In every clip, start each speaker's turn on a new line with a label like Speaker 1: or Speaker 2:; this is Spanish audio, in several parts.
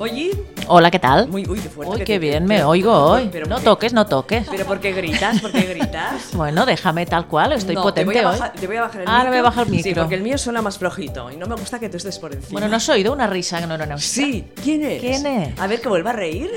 Speaker 1: Oye,
Speaker 2: Hola, ¿qué tal?
Speaker 1: muy, uy, qué fuerte.
Speaker 2: Uy,
Speaker 1: que
Speaker 2: qué
Speaker 1: te-
Speaker 2: bien
Speaker 1: te-
Speaker 2: me
Speaker 1: te-
Speaker 2: oigo hoy.
Speaker 1: Pero,
Speaker 2: No toques, no toques.
Speaker 1: pero ¿por qué gritas? ¿Por qué gritas?
Speaker 2: Bueno, déjame tal cual, estoy
Speaker 1: No,
Speaker 2: potente
Speaker 1: te voy a
Speaker 2: hoy.
Speaker 1: bajar, Te voy a bajar el
Speaker 2: Ahora
Speaker 1: micro.
Speaker 2: voy a bajar el
Speaker 1: Sí,
Speaker 2: micro.
Speaker 1: porque el mío suena más flojito y no me gusta que tú estés por encima.
Speaker 2: Bueno, ¿no has oído una risa? No, no, no.
Speaker 1: Sí, ¿quién es?
Speaker 2: ¿Quién es?
Speaker 1: A ver, que vuelva a reír.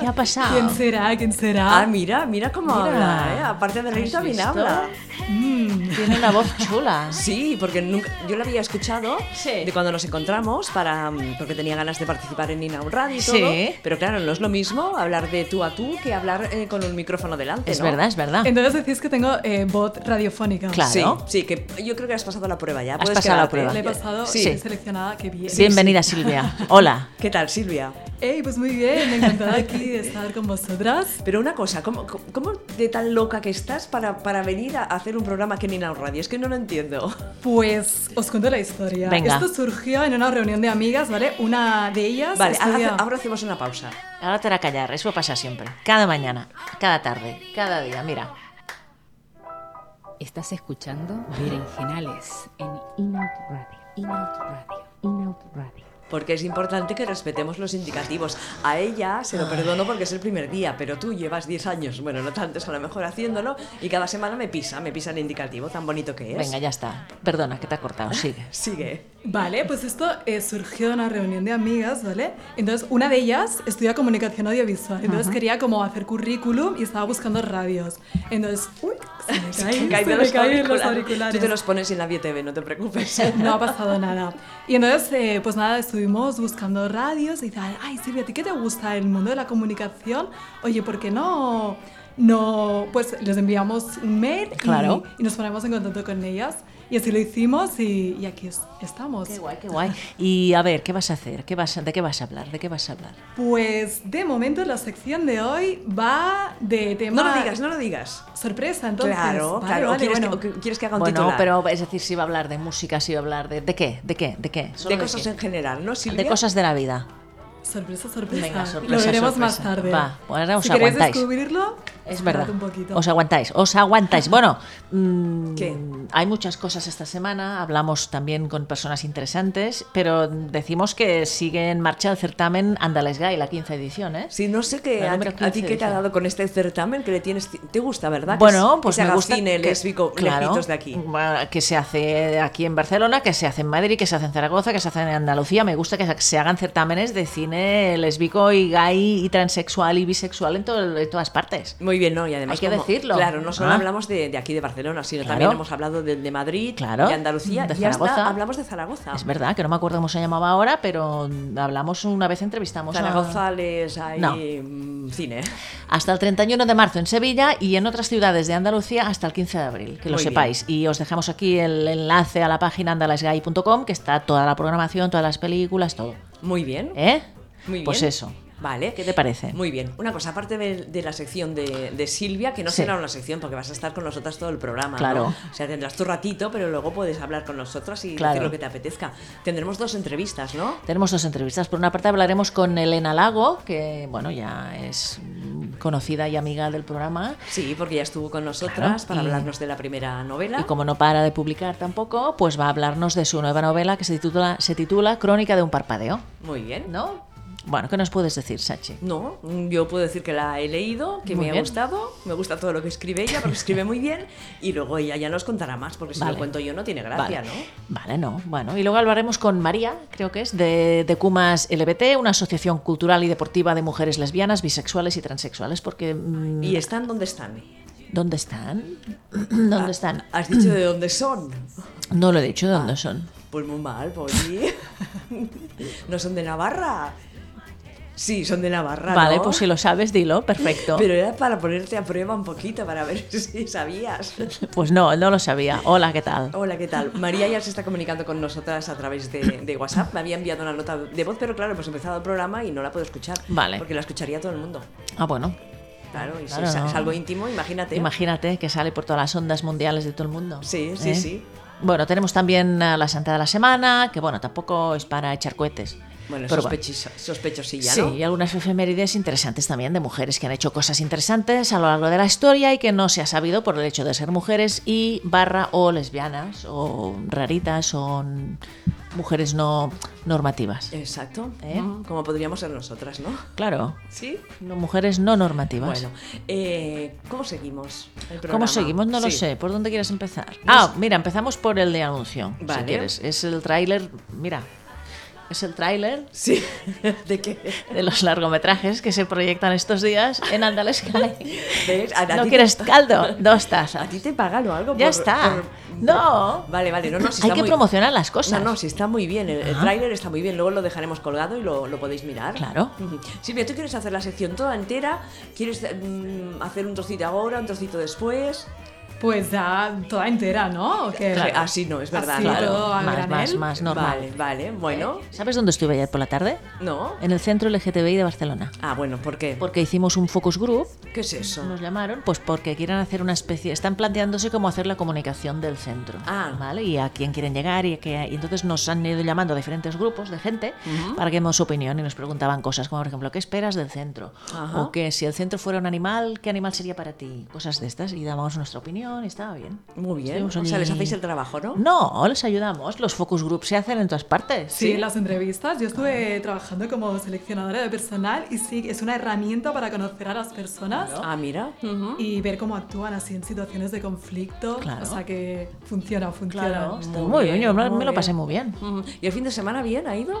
Speaker 2: ¿Qué ha pasado?
Speaker 3: ¿Quién será? ¿Quién será?
Speaker 1: Ah, mira, mira cómo
Speaker 2: Mira.
Speaker 1: habla, ¿eh? Aparte de reír,
Speaker 2: ¿Has
Speaker 1: también
Speaker 2: visto?
Speaker 1: habla.
Speaker 2: Tiene una voz chula.
Speaker 1: Sí, porque nunca, yo la había escuchado
Speaker 2: Sí.
Speaker 1: de cuando nos encontramos para mm, porque tenía ganas de participar en Inaun Radio y todo.
Speaker 2: Sí.
Speaker 1: Pero claro, no es lo mismo hablar de tú a tú que hablar eh, con un micrófono delante.
Speaker 2: Es
Speaker 1: ¿no?
Speaker 2: verdad, es verdad.
Speaker 3: Entonces decís que tengo eh, voz radiofónica.
Speaker 2: Claro.
Speaker 1: Sí, sí, que yo creo que has pasado la prueba ya.
Speaker 2: Has
Speaker 1: puedes
Speaker 2: pasado la
Speaker 1: quedarte.
Speaker 2: prueba.
Speaker 3: Le he pasado
Speaker 1: Sí.
Speaker 3: estoy seleccionada, qué bien.
Speaker 2: Bienvenida, Silvia. Hola.
Speaker 1: ¿Qué tal, Silvia?
Speaker 3: Ey, pues muy bien, encantada aquí de estar con vosotras.
Speaker 1: Pero una cosa, ¿cómo, cómo- cómo de tan loca que estás para, para venir a hacer un programa aquí en Inaun Radio? Es que no lo entiendo.
Speaker 3: Pues os cuento la historia.
Speaker 2: Venga.
Speaker 3: Esto surgió en una reunión de amigas, ¿vale? Una de ellas
Speaker 1: Vale,
Speaker 3: estudia-
Speaker 1: ahora, ahora hacemos una pausa.
Speaker 2: Ahora te hará callar, eso pasa siempre. Cada mañana, cada tarde, cada día, mira.
Speaker 4: Estás escuchando Berenjenales en Inout Radio. Inout Radio. Inout Radio.
Speaker 1: Porque es importante que respetemos los indicativos. A ella se lo perdono porque es el primer día, pero tú llevas 10 años, bueno, no tantos a lo mejor haciéndolo, y cada semana me pisa, me pisa el indicativo, tan bonito que es.
Speaker 2: Venga, ya está. Perdona, que te ha cortado, sigue.
Speaker 1: Sigue.
Speaker 3: Vale, pues esto eh, surgió de una reunión de amigas, ¿vale? Entonces, una de ellas estudia comunicación audiovisual, entonces quería como hacer currículum y estaba buscando radios. Entonces, uy, se me caen,
Speaker 1: Caen de
Speaker 3: se me caen los auriculares.
Speaker 1: Tú te los pones en la BTV, no te preocupes.
Speaker 3: No ha pasado nada. Y entonces, eh, pues nada, estuvimos buscando radios y tal. Ay, Silvia, ¿a ti qué te gusta el mundo de la comunicación? Oye, ¿por qué no? No, pues les enviamos un mail y-
Speaker 2: Claro.
Speaker 3: y, nos ponemos en contacto con ellas. Y así lo hicimos y, y aquí es- estamos.
Speaker 2: Qué guay, qué guay. Y a ver, ¿qué vas a hacer? ¿Qué vas a- ¿De qué vas a hablar? ¿De qué vas a hablar?
Speaker 3: Pues de momento la sección de hoy va de tema...
Speaker 1: No lo digas, no lo digas.
Speaker 3: Sorpresa, entonces.
Speaker 1: claro,
Speaker 3: Vale,
Speaker 1: claro. ¿O
Speaker 3: vale,
Speaker 1: quieres,
Speaker 3: bueno.
Speaker 1: que, o que- quieres que haga un
Speaker 2: Bueno,
Speaker 1: titular?
Speaker 2: pero es decir, si va a hablar de música, si va a hablar de... ¿De qué? ¿De qué? ¿De qué? Solo
Speaker 1: De cosas
Speaker 2: qué.
Speaker 1: en general, ¿no, Silvia?
Speaker 2: de cosas de la vida.
Speaker 3: Sorpresa, sorpresa.
Speaker 2: Venga, sorpresa,
Speaker 3: Lo veremos
Speaker 2: sorpresa.
Speaker 3: más tarde.
Speaker 2: Va, pues ahora os
Speaker 3: si queréis
Speaker 2: aguantáis.
Speaker 3: descubrirlo,
Speaker 2: Es verdad.
Speaker 3: esperad un poquito.
Speaker 2: Os aguantáis, os aguantáis. Bueno, mm,
Speaker 1: ¿Qué?
Speaker 2: hay muchas cosas esta semana. Hablamos también con personas interesantes, pero decimos que sigue en marcha el certamen Andales Gay, la 15 edición, ¿eh?
Speaker 1: Sí, no sé qué
Speaker 2: La
Speaker 1: a,
Speaker 2: número
Speaker 1: a ti
Speaker 2: 15
Speaker 1: qué te ha
Speaker 2: dice.
Speaker 1: dado con este certamen que le tienes te gusta, ¿verdad? Que se-
Speaker 2: Bueno,
Speaker 1: que
Speaker 2: pues
Speaker 1: se
Speaker 2: me
Speaker 1: haga
Speaker 2: gusta
Speaker 1: cine
Speaker 2: que-
Speaker 1: lésbico
Speaker 2: claro,
Speaker 1: lejitos de aquí.
Speaker 2: bueno, que se hace aquí en Barcelona, que se hace en Madrid, que se hace en Zaragoza, que se hace en Andalucía. Me gusta que se- se hagan certámenes de cine lésbico y gay y transexual y bisexual en, todo- en todas partes.
Speaker 1: Muy bien, ¿no? Y además.
Speaker 2: Hay que
Speaker 1: como-
Speaker 2: decirlo.
Speaker 1: Claro, no solo
Speaker 2: Ah.
Speaker 1: hablamos de, de aquí de Barcelona, sino
Speaker 2: Claro.
Speaker 1: también hemos hablado del de Madrid,
Speaker 2: Claro.
Speaker 1: de Andalucía,
Speaker 2: De
Speaker 1: y hasta
Speaker 2: Zaragoza.
Speaker 1: hablamos de Zaragoza.
Speaker 2: Es verdad que no me acuerdo cómo se llamaba ahora, pero mm, hablamos una vez, entrevistamos a-
Speaker 1: Zaragoza les hay
Speaker 2: No.
Speaker 1: mm, cine.
Speaker 2: hasta el 31 de marzo en Sevilla y en otras ciudades de Andalucía hasta el 15 de abril, que lo
Speaker 1: Muy
Speaker 2: sepáis. Y os dejamos aquí el enlace a la página andalasgay.com, que está toda la programación, todas las películas, todo.
Speaker 1: Muy bien.
Speaker 2: ¿Eh?
Speaker 1: Muy
Speaker 2: Pues
Speaker 1: bien.
Speaker 2: eso.
Speaker 1: Vale.
Speaker 2: ¿Qué te parece?
Speaker 1: Muy bien. Una cosa, aparte de, de la sección de, de Silvia, que no
Speaker 2: Sí.
Speaker 1: será una sección porque vas a estar con nosotras todo el programa. ¿no?
Speaker 2: Claro.
Speaker 1: O sea, tendrás tu ratito, pero luego puedes hablar con nosotras y
Speaker 2: Claro.
Speaker 1: decir lo que te apetezca. Tendremos dos entrevistas, ¿no?
Speaker 2: Tenemos dos entrevistas. Por una parte hablaremos con Elena Lago, que bueno, ya es mm, conocida y amiga del programa.
Speaker 1: Sí, porque ya estuvo con nosotras
Speaker 2: Claro,
Speaker 1: para
Speaker 2: y-
Speaker 1: hablarnos de la primera novela.
Speaker 2: Y como no para de publicar tampoco, pues va a hablarnos de su nueva novela que se titula, se titula Crónica de un parpadeo.
Speaker 1: Muy bien.
Speaker 2: ¿No? Bueno, ¿qué nos puedes decir, Sachi?
Speaker 1: No, yo puedo decir que la he leído, que
Speaker 2: Muy
Speaker 1: me ha
Speaker 2: bien.
Speaker 1: gustado, me gusta todo lo que escribe ella, porque escribe muy bien, y luego ella ya nos contará más, porque si
Speaker 2: Vale.
Speaker 1: lo cuento yo no tiene gracia,
Speaker 2: vale.
Speaker 1: ¿no?
Speaker 2: Vale, no. Bueno, y luego hablaremos con María, creo que es, de, de Cumas LBT, una asociación cultural y deportiva de mujeres lesbianas, bisexuales y transexuales, porque... mm,
Speaker 1: ¿Y están donde están?
Speaker 2: ¿Dónde están? ¿Dónde están?
Speaker 1: ¿Has dicho de dónde son?
Speaker 2: No lo he dicho, ¿dónde son?
Speaker 1: Pues muy mal, Poli. ¿No son de Navarra? Sí, son de Navarra,
Speaker 2: Vale,
Speaker 1: ¿no?
Speaker 2: pues si lo sabes, dilo, perfecto.
Speaker 1: Pero era para ponerte a prueba un poquito, para ver si sabías.
Speaker 2: Pues no, no lo sabía. Hola, ¿qué tal?
Speaker 1: Hola, ¿qué tal? María ya se está comunicando con nosotras a través de, de WhatsApp. Me había enviado una nota de voz, pero claro, hemos empezado el programa y no la puedo escuchar.
Speaker 2: Vale.
Speaker 1: Porque la escucharía todo el mundo.
Speaker 2: Ah, bueno.
Speaker 1: Claro, y si
Speaker 2: Claro,
Speaker 1: es,
Speaker 2: no.
Speaker 1: es algo íntimo, imagínate.
Speaker 2: Imagínate que sale por todas las ondas mundiales de todo el mundo. ¿Eh?
Speaker 1: Sí, sí, sí.
Speaker 2: Bueno, tenemos también a la Santa de la Semana, que bueno, tampoco es para echar cohetes.
Speaker 1: Bueno,
Speaker 2: Pero bueno.
Speaker 1: sospechosa- sospechosilla,
Speaker 2: Sí,
Speaker 1: ¿no?
Speaker 2: y algunas efemérides interesantes también de mujeres que han hecho cosas interesantes a lo largo de la historia y que no se ha sabido por el hecho de ser mujeres y barra o lesbianas o raritas o n- mujeres no normativas.
Speaker 1: Exacto.
Speaker 2: ¿Eh?
Speaker 1: Mm, Como podríamos ser nosotras, ¿no?
Speaker 2: Claro,
Speaker 1: Sí.
Speaker 2: no, mujeres no normativas.
Speaker 1: Bueno, eh, ¿cómo seguimos? el
Speaker 2: ¿Cómo
Speaker 1: programa?
Speaker 2: seguimos? No lo
Speaker 1: Sí.
Speaker 2: sé. ¿Por dónde quieres empezar?
Speaker 1: No
Speaker 2: ah,
Speaker 1: sé.
Speaker 2: mira, empezamos por el de anuncio, si
Speaker 1: Vale.
Speaker 2: quieres. Es el tráiler, mira, es el tráiler
Speaker 1: Sí. ¿De qué?
Speaker 2: de los largometrajes que se proyectan estos días en Andal Sky.
Speaker 1: ¿Ves? A- a
Speaker 2: ¿No
Speaker 1: ti
Speaker 2: quieres
Speaker 1: te-
Speaker 2: caldo? Dos tazas.
Speaker 1: ¿A ti te pagan o algo?
Speaker 2: Ya
Speaker 1: por-
Speaker 2: está.
Speaker 1: por-
Speaker 2: No.
Speaker 1: Vale, vale. No, no, si
Speaker 2: Hay
Speaker 1: está
Speaker 2: que
Speaker 1: muy-
Speaker 2: promocionar las cosas.
Speaker 1: No, no, si está muy bien. El, el tráiler está muy bien. Luego lo dejaremos colgado y lo, lo podéis mirar.
Speaker 2: Claro.
Speaker 1: Ujú. Silvia, ¿tú quieres hacer la sección toda entera? ¿Quieres mm, hacer un trocito ahora, un trocito después?
Speaker 3: Pues ya toda entera, ¿no? ¿O qué?
Speaker 2: ah,
Speaker 1: Claro. Así no, es verdad.
Speaker 3: Así
Speaker 1: claro.
Speaker 3: todo a
Speaker 2: Más,
Speaker 3: granel.
Speaker 2: más, más. normal. Eh.
Speaker 1: Vale, vale. Bueno,
Speaker 2: ¿Sabes dónde estuve ayer por la tarde?
Speaker 1: ¿no?
Speaker 2: En el centro LGTBI de Barcelona.
Speaker 1: Ah, bueno, ¿por qué?
Speaker 2: Porque hicimos un focus group.
Speaker 1: ¿Qué es eso?
Speaker 2: Nos llamaron, pues porque quieren hacer una especie. Están planteándose cómo hacer la comunicación del centro.
Speaker 1: Ah.
Speaker 2: ¿Vale? Y a quién quieren llegar. Y, a qué- y entonces nos han ido llamando diferentes grupos de gente para que demos su opinión. Y nos preguntaban cosas como, por ejemplo, ¿qué esperas del centro?
Speaker 1: Ajá.
Speaker 2: O que si el centro fuera un animal, ¿qué animal sería para ti? Cosas de estas. Y dábamos nuestra opinión y estaba bien.
Speaker 1: Muy bien.
Speaker 2: Estuvimos
Speaker 1: O sea,
Speaker 2: allí.
Speaker 1: les hacéis el trabajo, ¿no?
Speaker 2: No, les ayudamos. Los focus groups se hacen en todas partes.
Speaker 3: Sí, las entrevistas. Yo estuve trabajando como seleccionadora de personal y sí, es una herramienta para conocer a las personas
Speaker 1: Ah, mira.
Speaker 3: y ver cómo actúan así en situaciones de conflicto.
Speaker 2: Claro.
Speaker 3: O sea que funciona, funciona.
Speaker 2: Claro, está muy bien, yo me, me lo pasé muy bien.
Speaker 1: Ujú. ¿Y el fin de semana bien ha ido?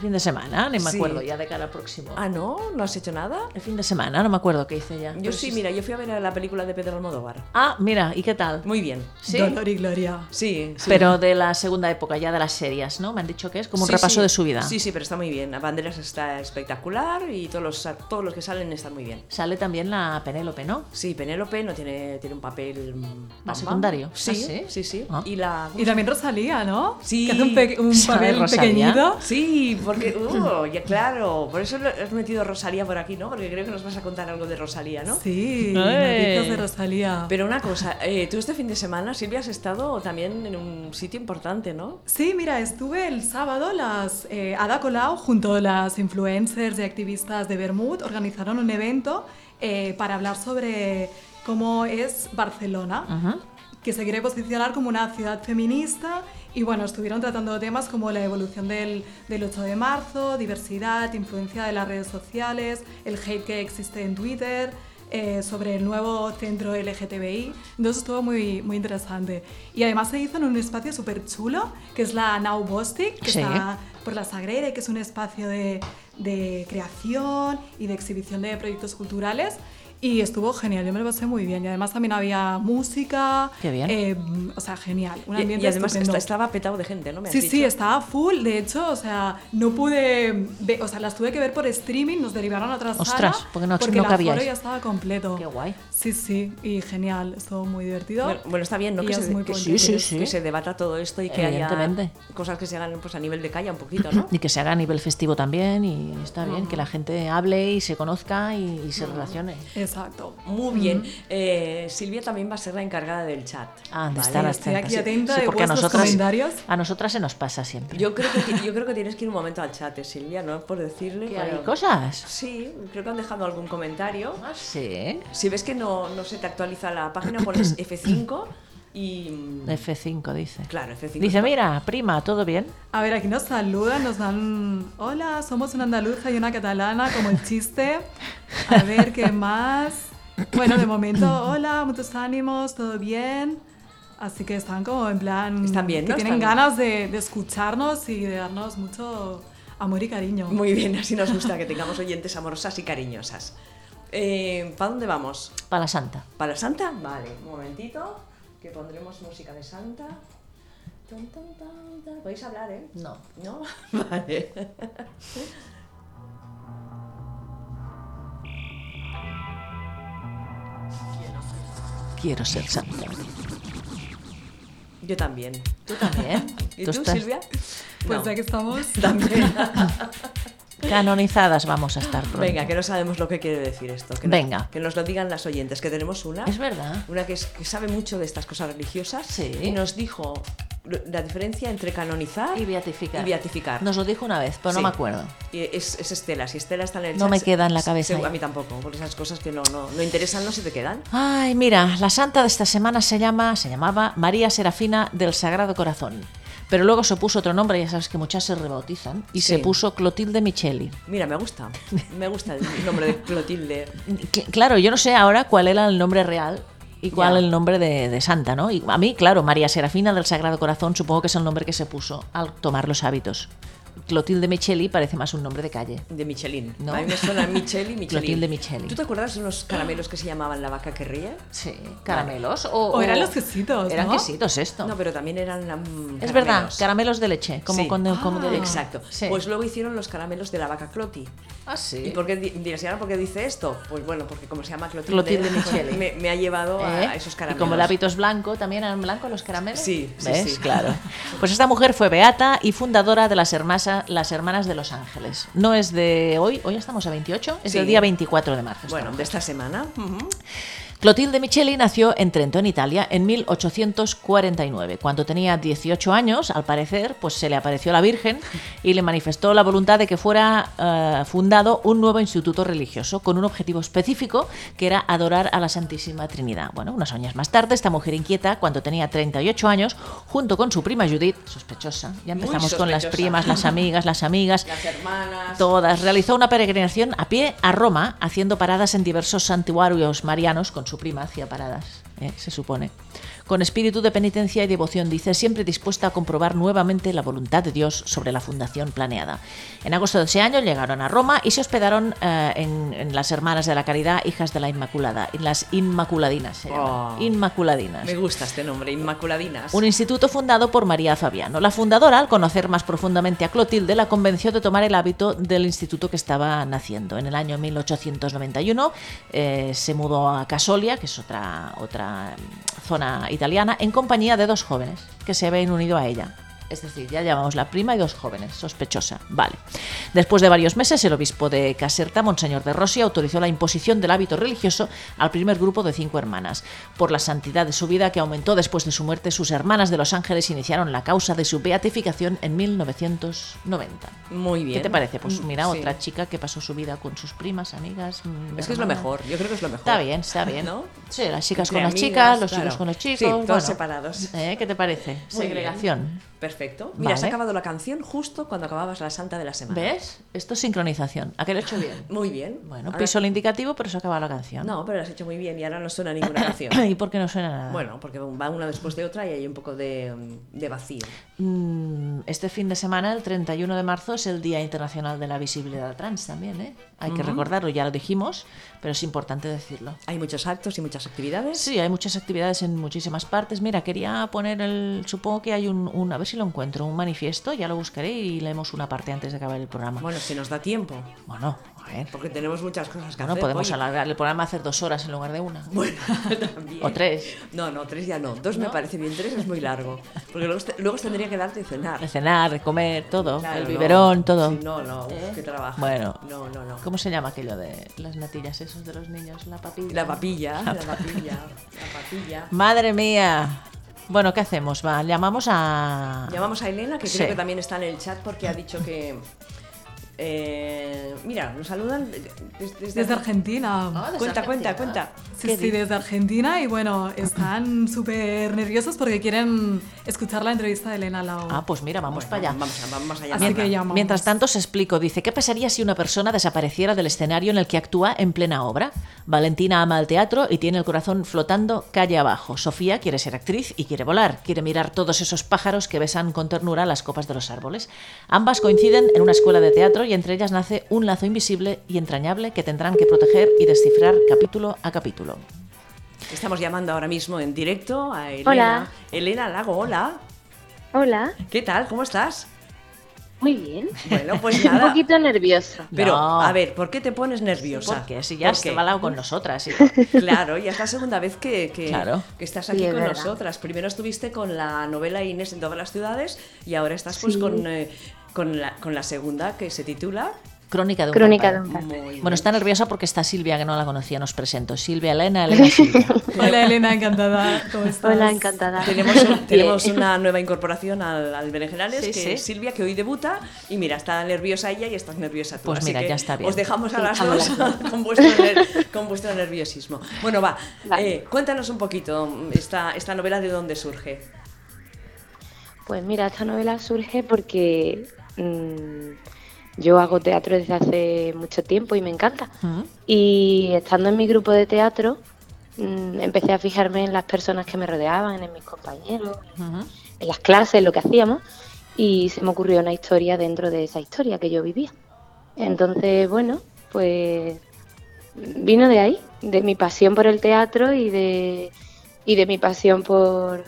Speaker 2: Fin de semana, ni me
Speaker 1: Sí.
Speaker 2: acuerdo ya de cara al próximo.
Speaker 1: Ah, no, no has hecho nada.
Speaker 2: El fin de semana, no me acuerdo qué hice ya.
Speaker 1: Yo
Speaker 2: Pero
Speaker 1: sí,
Speaker 2: sí-
Speaker 1: mira, yo fui a ver la película de Pedro Almodóvar.
Speaker 2: Ah, mira, ¿y qué tal?
Speaker 1: Muy bien.
Speaker 2: Sí.
Speaker 3: Dolor y gloria.
Speaker 1: Sí, sí.
Speaker 2: Pero de la segunda época, ya de las series, ¿no? Me han dicho que es como un
Speaker 1: Sí,
Speaker 2: repaso
Speaker 1: sí.
Speaker 2: de su vida.
Speaker 1: Sí, sí, pero está muy bien. A Banderas está espectacular y todos los, todos los que salen están muy bien.
Speaker 2: Sale también la Penélope, ¿no?
Speaker 1: Sí, Penélope no tiene, tiene un papel mm, pam, pam.
Speaker 2: secundario.
Speaker 1: Sí,
Speaker 2: Ah, ¿sí?
Speaker 1: sí, sí.
Speaker 2: Ah.
Speaker 1: Y la
Speaker 3: Y también Rosalía, ¿no?
Speaker 1: Sí.
Speaker 3: Que hace un, pe- un
Speaker 2: ¿Sabe
Speaker 3: papel
Speaker 2: Rosalía?
Speaker 3: pequeñito.
Speaker 1: Sí, porque uh, ya claro, por eso lo- has metido Rosalía por aquí, ¿no? Porque creo que nos vas a contar algo de Rosalía, ¿no?
Speaker 3: Sí,
Speaker 2: ¡Eh!
Speaker 3: noticias de Rosalía.
Speaker 1: Pero una cosa, eh, tú este fin de semana, Silvia, has estado también en un sitio importante, ¿no?
Speaker 3: Sí, mira, estuve el sábado, las eh, Ada Colau junto a las influencers y activistas de Bermud organizaron un evento eh, para hablar sobre cómo es Barcelona, que se quiere posicionar como una ciudad feminista y bueno, estuvieron tratando temas como la evolución del, del 8 de marzo, diversidad, influencia de las redes sociales, el hate que existe en Twitter, eh, sobre el nuevo centro LGTBI. Entonces estuvo muy, muy interesante. Y además se hizo en un espacio súper chulo, que es la Now Bostic, que
Speaker 2: Sí.
Speaker 3: está por la Sagrera y que es un espacio de, de creación y de exhibición de proyectos culturales. Y estuvo genial, yo me lo pasé muy bien. Y además también había música.
Speaker 2: Qué bien.
Speaker 3: eh, o sea, genial. Un
Speaker 1: Y,
Speaker 3: ambiente
Speaker 1: y además
Speaker 3: estupendo.
Speaker 1: esta- estaba petado de gente, ¿no? Me has
Speaker 3: Sí,
Speaker 1: dicho.
Speaker 3: sí, estaba full. De hecho, o sea, no pude. ve- o sea, las tuve que ver por streaming, nos derivaron a otra
Speaker 2: Ostras,
Speaker 3: sala.
Speaker 2: porque no-
Speaker 3: porque
Speaker 2: no
Speaker 3: el aforo
Speaker 2: cabíais.
Speaker 3: ya estaba completo.
Speaker 2: Qué guay.
Speaker 3: Sí, sí, y genial. Estuvo muy divertido.
Speaker 1: Bueno, bueno, está bien, ¿no?
Speaker 3: Y
Speaker 1: Que
Speaker 3: es
Speaker 1: se,
Speaker 3: muy
Speaker 1: que,
Speaker 3: bonito.
Speaker 2: Sí,
Speaker 1: que-
Speaker 2: sí,
Speaker 1: que
Speaker 2: sí.
Speaker 1: se debata todo esto y que haya
Speaker 2: Evidentemente.
Speaker 1: cosas que se hagan pues, a nivel de calla un poquito, ¿no?
Speaker 2: Y que se haga a nivel festivo también, y está bien
Speaker 1: Ah.
Speaker 2: que la gente hable y se conozca y, y se relacione.
Speaker 3: Exacto.
Speaker 1: Muy bien. Eh, Silvia también va a ser la encargada del chat.
Speaker 2: Ah, ¿dónde
Speaker 1: ¿vale?
Speaker 2: están las
Speaker 3: estoy
Speaker 2: tantas?
Speaker 3: aquí atenta de
Speaker 2: porque a
Speaker 3: vuestros
Speaker 2: nosotras,
Speaker 3: comentarios.
Speaker 2: a nosotras se nos pasa siempre.
Speaker 1: Yo creo, que, ti- yo creo que tienes que ir un momento al chat, eh, Silvia, ¿no? Por decirle.
Speaker 2: Que hay
Speaker 1: pero-
Speaker 2: cosas.
Speaker 1: Sí, creo que han dejado algún comentario.
Speaker 2: Ah, sí.
Speaker 1: Si ves que no, no se te actualiza la página, pones F5 y. mm,
Speaker 2: F5 dice.
Speaker 1: Claro, F5.
Speaker 2: Dice, mira, prima, ¿todo bien?
Speaker 3: A ver, aquí nos saludan, nos dan. Hola, somos una andaluza y una catalana, como el chiste. A ver, ¿qué más? Bueno, de momento, hola, muchos ánimos, todo bien. Así que están como en plan.
Speaker 1: Están bien,
Speaker 3: Que
Speaker 1: ¿no?
Speaker 3: tienen
Speaker 1: Están-
Speaker 3: ganas de, de escucharnos y de darnos mucho amor y cariño.
Speaker 1: Muy bien, así nos gusta que tengamos oyentes amorosas y cariñosas. Eh, ¿Para dónde vamos?
Speaker 2: Para la santa.
Speaker 1: ¿Para Santa? Vale, un momentito, que pondremos música de Santa. Tan, tan, tan, tan. Podéis hablar, ¿eh?
Speaker 2: No.
Speaker 1: ¿No? Vale.
Speaker 2: Quiero ser santa.
Speaker 1: Yo también.
Speaker 2: Tú también.
Speaker 1: ¿Y tú,
Speaker 2: estás-
Speaker 1: Silvia?
Speaker 3: Pues
Speaker 1: No.
Speaker 3: ya que estamos.
Speaker 1: También.
Speaker 2: Canonizadas vamos a estar pronto.
Speaker 1: Venga, que no sabemos lo que quiere decir esto. Que no-
Speaker 2: Venga.
Speaker 1: que nos lo digan las oyentes, que tenemos una.
Speaker 2: Es verdad.
Speaker 1: Una que, es- que sabe mucho de estas cosas religiosas.
Speaker 2: Sí.
Speaker 1: Y nos dijo, la diferencia entre canonizar
Speaker 2: Y beatificar.
Speaker 1: y beatificar.
Speaker 2: Nos lo dijo una vez, pero
Speaker 1: Sí.
Speaker 2: no me acuerdo.
Speaker 1: Y es, es Estela, si Estela está en el
Speaker 2: No
Speaker 1: chat,
Speaker 2: me queda en la cabeza ¿eh?
Speaker 1: se-
Speaker 2: ya.
Speaker 1: a mí tampoco, porque esas cosas que no, no, no interesan no se te quedan.
Speaker 2: Ay, mira, la santa de esta semana se llama, se llamaba María Serafina del Sagrado Corazón. Pero luego se puso otro nombre, ya sabes que muchas se rebautizan, y se
Speaker 1: Sí.
Speaker 2: puso Clotilde Micheli.
Speaker 1: Mira, me gusta. Me gusta el nombre de Clotilde.
Speaker 2: Cl- Claro, yo no sé ahora cuál era el nombre real y cuál
Speaker 1: Ya.
Speaker 2: el nombre de, de santa, ¿no? Y a mí, claro, María Serafina del Sagrado Corazón supongo que es el nombre que se puso al tomar los hábitos. Clotilde Micheli parece más un nombre de calle.
Speaker 1: De Michelin.
Speaker 2: No.
Speaker 1: A mí me suena Micheli, Michelin.
Speaker 2: Clotilde Michelin.
Speaker 1: ¿Tú te acuerdas de unos caramelos que se llamaban la vaca que ríe?
Speaker 2: Sí, caramelos. O,
Speaker 3: O eran los quesitos,
Speaker 2: Eran
Speaker 3: ¿no?
Speaker 2: quesitos esto.
Speaker 1: No, pero también eran mm,
Speaker 2: es
Speaker 1: caramelos.
Speaker 2: verdad, caramelos de leche, como
Speaker 1: Sí.
Speaker 2: cuando... como de-
Speaker 1: Exacto.
Speaker 2: Sí.
Speaker 1: Pues luego hicieron los caramelos de la vaca Cloti.
Speaker 2: Ah, sí.
Speaker 1: ¿Y por qué di- dirás, ¿y ahora por qué dice esto? Pues bueno, porque como se llama Clotilde,
Speaker 2: Clotilde Micheli.
Speaker 1: me, me ha llevado a-
Speaker 2: ¿Eh?
Speaker 1: a esos caramelos.
Speaker 2: Y como el hábito es blanco, ¿también eran blancos los caramelos?
Speaker 1: Sí, sí,
Speaker 2: ¿Ves?
Speaker 1: sí.
Speaker 2: Claro. Pues esta mujer fue beata y fundadora de las, hermasa- las Hermanas de Los Ángeles. No es de hoy, hoy estamos a 28, es
Speaker 1: Sí.
Speaker 2: del día 24 de marzo. esta
Speaker 1: Bueno, de
Speaker 2: mujer.
Speaker 1: esta semana.
Speaker 2: Clotilde Micheli nació en Trento, en Italia, en 1849. Cuando tenía 18 años, al parecer, pues se le apareció la Virgen y le manifestó la voluntad de que fuera eh, fundado un nuevo instituto religioso con un objetivo específico que era adorar a la Santísima Trinidad. Bueno, unos años más tarde, esta mujer inquieta, cuando tenía 38 años, junto con su prima Judith, sospechosa, ya
Speaker 1: Muy
Speaker 2: empezamos con las
Speaker 1: sospechosa.
Speaker 2: primas, las amigas, las amigas,
Speaker 1: Las hermanas.
Speaker 2: Todas. Realizó una peregrinación a pie a Roma, haciendo paradas en diversos santuarios marianos. Con su prima hacía paradas, ¿eh? se supone. Con espíritu de penitencia y devoción, dice, siempre dispuesta a comprobar nuevamente la voluntad de Dios sobre la fundación planeada. En agosto de ese año llegaron a Roma y se hospedaron eh, en, en las Hermanas de la Caridad, Hijas de la Inmaculada, en las Inmaculadinas. se llama.
Speaker 1: Oh.
Speaker 2: Inmaculadinas.
Speaker 1: Me gusta este nombre, Inmaculadinas.
Speaker 2: Un instituto fundado por María Fabiano. La fundadora, al conocer más profundamente a Clotilde, la convenció de tomar el hábito del instituto que estaba naciendo. En el año 1891 eh, se mudó a Casolia, que es otra, otra mm, zona italiana, en compañía de dos jóvenes que se habían unido a ella. Es decir, ya llamamos la prima y dos jóvenes, sospechosa. Vale. Después de varios meses, el obispo de Caserta, Monseñor de Rossi, autorizó la imposición del hábito religioso al primer grupo de cinco hermanas. Por la santidad de su vida, que aumentó después de su muerte, sus hermanas de Los Ángeles iniciaron la causa de su beatificación en 1990.
Speaker 1: Muy bien.
Speaker 2: ¿Qué te parece? Pues
Speaker 1: Mm,
Speaker 2: mira,
Speaker 1: sí.
Speaker 2: otra chica que pasó su vida con sus primas, amigas. mm,
Speaker 1: Es que es lo
Speaker 2: hermanas.
Speaker 1: mejor, yo creo que es lo mejor.
Speaker 2: Está bien, está bien.
Speaker 1: ¿No?
Speaker 2: Sí, las chicas
Speaker 1: Entre
Speaker 2: con las
Speaker 1: amigas,
Speaker 2: chicas, los chicos
Speaker 1: claro.
Speaker 2: con los chicos.
Speaker 1: Sí, todos
Speaker 2: bueno.
Speaker 1: separados.
Speaker 2: ¿Eh? ¿Qué te parece?
Speaker 1: Muy bien.
Speaker 2: Segregación.
Speaker 1: Perfecto. Mira, se
Speaker 2: Vale.
Speaker 1: ha acabado la canción justo cuando acababas la santa de la semana.
Speaker 2: ¿Ves? Esto es sincronización. ¿A qué lo he hecho bien?
Speaker 1: Muy bien.
Speaker 2: Bueno,
Speaker 1: Ahora-
Speaker 2: piso el indicativo, pero se acaba la canción.
Speaker 1: No, pero lo has hecho muy bien y ahora no suena ninguna canción.
Speaker 2: ¿Y por qué no suena nada?
Speaker 1: Bueno, porque va una después de otra y hay un poco de, de vacío.
Speaker 2: Mm, Este fin de semana, el 31 de marzo, es el Día Internacional de la Visibilidad Trans también, ¿eh? Hay que recordarlo, ya lo dijimos, pero es importante decirlo.
Speaker 1: Hay muchos actos y muchas actividades.
Speaker 2: Sí, hay muchas actividades en muchísimas partes. Mira, quería poner el... Supongo que hay un, un- A ver si lo encuentro, un manifiesto, ya lo buscaré y leemos una parte antes de acabar el programa.
Speaker 1: Bueno, si nos da tiempo,
Speaker 2: Bueno, a ver.
Speaker 1: porque tenemos muchas cosas que
Speaker 2: Bueno,
Speaker 1: hacer.
Speaker 2: podemos
Speaker 1: oye.
Speaker 2: alargar el programa a hacer dos horas en lugar de una.
Speaker 1: Bueno, también.
Speaker 2: O tres.
Speaker 1: No, no, tres ya no. Dos me
Speaker 2: ¿No?
Speaker 1: parece bien, tres es muy largo. Porque luego, te- luego os tendría que darte y cenar.
Speaker 2: De cenar, de comer, todo.
Speaker 1: Claro,
Speaker 2: el
Speaker 1: no.
Speaker 2: biberón, todo. ¿Eh?
Speaker 1: Sí, no, no, uf, qué trabajo.
Speaker 2: Bueno.
Speaker 1: No, no, no.
Speaker 2: ¿Cómo se llama aquello de las natillas esos de los niños? La papilla.
Speaker 1: La papilla, la papilla, la papilla.
Speaker 2: Madre mía. Bueno, ¿qué hacemos? Va, llamamos a...
Speaker 1: Llamamos a Elena, que
Speaker 2: Ah. Sí.
Speaker 1: creo que también está en el chat porque ha dicho que. eh, mira, nos saludan de- desde,
Speaker 3: Desde Argentina.
Speaker 1: Cuenta, cuenta, cuenta.
Speaker 3: Sí, sí, desde Argentina y bueno, están súper nerviosos porque quieren escuchar la entrevista de Elena Lao.
Speaker 2: Ah, pues mira, vamos
Speaker 1: Bueno,
Speaker 2: para allá.
Speaker 1: Vamos, a- vamos allá.
Speaker 3: Así
Speaker 1: pues Mierda.
Speaker 3: que llamamos.
Speaker 2: Mientras tanto, os explico. Dice, ¿qué pasaría si una persona desapareciera del escenario en el que actúa en plena obra? Valentina ama el teatro y tiene el corazón flotando calle abajo. Sofía quiere ser actriz y quiere volar. Quiere mirar todos esos pájaros que besan con ternura las copas de los árboles. Ambas coinciden en una escuela de teatro y entre ellas nace un lazo invisible y entrañable que tendrán que proteger y descifrar capítulo a capítulo.
Speaker 1: Estamos llamando ahora mismo en directo a Elena.
Speaker 5: Hola.
Speaker 1: Elena Lago, hola.
Speaker 5: Hola,
Speaker 1: ¿Qué tal? ¿Cómo estás?
Speaker 5: muy bien.
Speaker 1: Bueno, pues
Speaker 5: Un
Speaker 1: nada.
Speaker 5: poquito nerviosa.
Speaker 1: Pero,
Speaker 2: No.
Speaker 1: a ver, ¿por qué te pones nerviosa?
Speaker 2: Porque si ya
Speaker 1: ¿Por
Speaker 2: se
Speaker 1: qué?
Speaker 2: va con nosotras. y-
Speaker 1: Claro, ya es la segunda vez que, que-
Speaker 2: Claro.
Speaker 1: que estás aquí
Speaker 5: Sí, es
Speaker 1: con
Speaker 5: verdad.
Speaker 1: nosotras. Primero estuviste con la novela Inés en todas las ciudades y ahora estás pues con, eh, con, la, con la segunda que se titula
Speaker 2: Crónica de un
Speaker 5: Crónica de
Speaker 2: vampiro.
Speaker 5: un vampiro.
Speaker 1: Muy
Speaker 2: Bueno, está nerviosa porque está Silvia, que no la conocía, nos presento. Silvia Elena, Elena Silvia.
Speaker 3: Hola Elena, encantada. ¿Cómo estás?
Speaker 5: Hola, encantada.
Speaker 1: Tenemos, tenemos una nueva incorporación al, al Berenjenales,
Speaker 2: Sí,
Speaker 1: que
Speaker 2: sí.
Speaker 1: es Silvia, que hoy debuta. Y mira, está nerviosa ella y estás nerviosa tú.
Speaker 2: Pues
Speaker 1: así
Speaker 2: mira,
Speaker 1: que
Speaker 2: ya está bien.
Speaker 1: Os dejamos a las
Speaker 2: a
Speaker 1: dos con vuestro, ner- con vuestro nerviosismo. Bueno, va,
Speaker 5: Vale.
Speaker 1: eh, cuéntanos un poquito esta, esta novela de dónde surge.
Speaker 5: Pues mira, esta novela surge porque mm, yo hago teatro desde hace mucho tiempo y me encanta.
Speaker 2: Mm.
Speaker 5: Y estando en mi grupo de teatro, mm, empecé a fijarme en las personas que me rodeaban, en mis compañeros,
Speaker 2: Ujú.
Speaker 5: en las clases, lo que hacíamos, y se me ocurrió una historia dentro de esa historia que yo vivía. Entonces, bueno, pues vino de ahí, de mi pasión por el teatro y de, y de mi pasión por,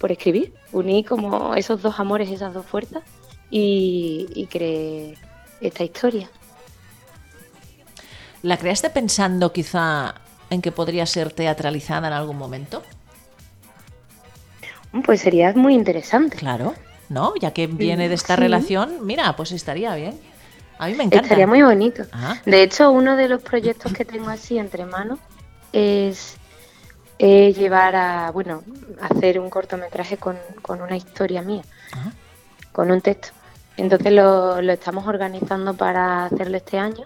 Speaker 5: por escribir. Uní como esos dos amores, esas dos fuerzas, y, y creé esta historia.
Speaker 2: ¿La creaste pensando quizá en que podría ser teatralizada en algún momento?
Speaker 5: Pues sería muy interesante.
Speaker 2: Claro, ¿no? Ya que viene de esta
Speaker 5: sí.
Speaker 2: relación, mira, pues estaría bien. A mí me encanta.
Speaker 5: Estaría muy bonito.
Speaker 2: Ah.
Speaker 5: De hecho, uno de los proyectos que tengo así entre manos es eh, llevar a, bueno, hacer un cortometraje con, con una historia mía,
Speaker 2: Ah.
Speaker 5: con un texto. Entonces lo, lo estamos organizando para hacerlo este año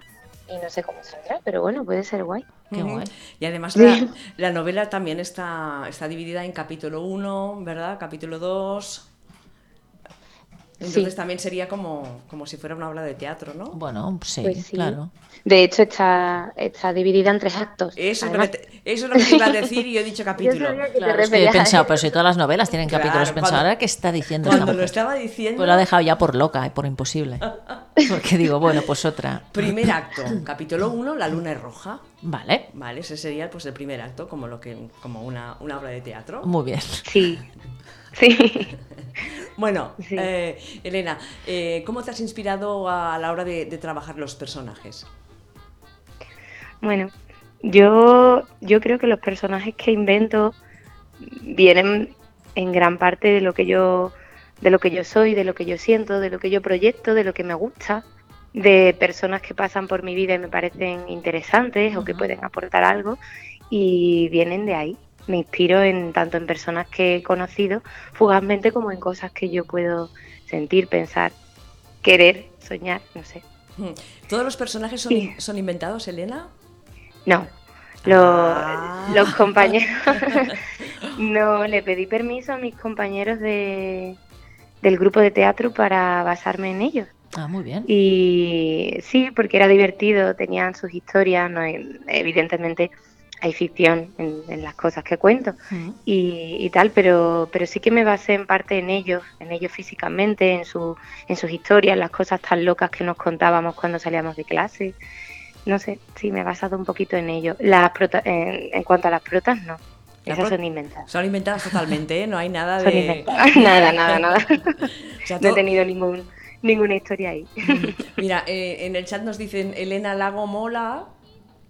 Speaker 5: y no sé cómo saldrá, pero bueno, puede ser guay.
Speaker 2: Qué
Speaker 1: Ujú.
Speaker 2: guay.
Speaker 1: Y además
Speaker 5: Sí.
Speaker 1: la, la novela también está, está dividida en capítulo 1, ¿verdad? Capítulo 2. Entonces
Speaker 5: Sí.
Speaker 1: también sería como, como si fuera una obra de teatro, ¿no?
Speaker 2: Bueno, sí,
Speaker 5: Pues sí.
Speaker 2: claro.
Speaker 5: De hecho, está, está dividida en tres actos.
Speaker 1: Eso,
Speaker 5: Además,
Speaker 1: es lo que te, eso es lo que te iba a decir y yo he dicho
Speaker 5: yo
Speaker 1: capítulo.
Speaker 5: sabía que te
Speaker 2: Claro, es que yo he
Speaker 5: referías a
Speaker 2: pensado,
Speaker 5: eso.
Speaker 2: pero si todas las novelas tienen
Speaker 1: Claro,
Speaker 2: capítulos, pensaba,
Speaker 1: cuando-
Speaker 2: ¿ahora qué está diciendo esta
Speaker 1: Cuando lo
Speaker 2: mujer?
Speaker 1: estaba diciendo,
Speaker 2: Pues la he dejado ya por loca y por imposible. Porque digo, bueno, pues otra.
Speaker 1: primer acto, capítulo 1, la luna es roja.
Speaker 2: Vale,
Speaker 1: Vale, ese sería pues el primer acto, como lo que como una, una obra de teatro.
Speaker 2: muy bien.
Speaker 5: Sí, sí.
Speaker 1: Bueno,
Speaker 5: Sí.
Speaker 1: eh, Elena, eh, ¿cómo te has inspirado a la hora de, de trabajar los personajes?
Speaker 5: Bueno, yo, yo creo que los personajes que invento vienen en gran parte de lo que yo de lo que yo soy, de lo que yo siento, de lo que yo proyecto, de lo que me gusta, de personas que pasan por mi vida y me parecen interesantes o que
Speaker 2: Ujú.
Speaker 5: pueden aportar algo y vienen de ahí. Me inspiro en tanto en personas que he conocido fugazmente como en cosas que yo puedo sentir, pensar, querer, soñar, no sé.
Speaker 1: ¿Todos los personajes son,
Speaker 5: Sí.
Speaker 1: son inventados, Elena?
Speaker 5: No, lo-
Speaker 1: Ah.
Speaker 5: los compañeros. no, le pedí permiso a mis compañeros de, del grupo de teatro para basarme en ellos.
Speaker 2: Ah, muy bien.
Speaker 5: Y sí, porque era divertido, tenían sus historias, no hay- evidentemente hay ficción en, en las cosas que cuento
Speaker 2: Mm.
Speaker 5: y, y tal, pero, pero sí que me basé en parte en ellos, en ellos físicamente, en, su, en sus historias, en las cosas tan locas que nos contábamos cuando salíamos de clase. No sé, sí, me he basado un poquito en ellos. Las prota- en, en cuanto a las protas, no.
Speaker 1: La
Speaker 5: Esas
Speaker 1: pro-
Speaker 5: son inventadas.
Speaker 1: Son inventadas totalmente, ¿eh? no hay nada
Speaker 5: Son
Speaker 1: de...
Speaker 5: inventadas. nada, nada, nada.
Speaker 1: O sea, Mm.
Speaker 5: No he
Speaker 1: todo-
Speaker 5: tenido ningún, ninguna historia ahí.
Speaker 1: Mira, eh, en el chat nos dicen Elena Lago Mola,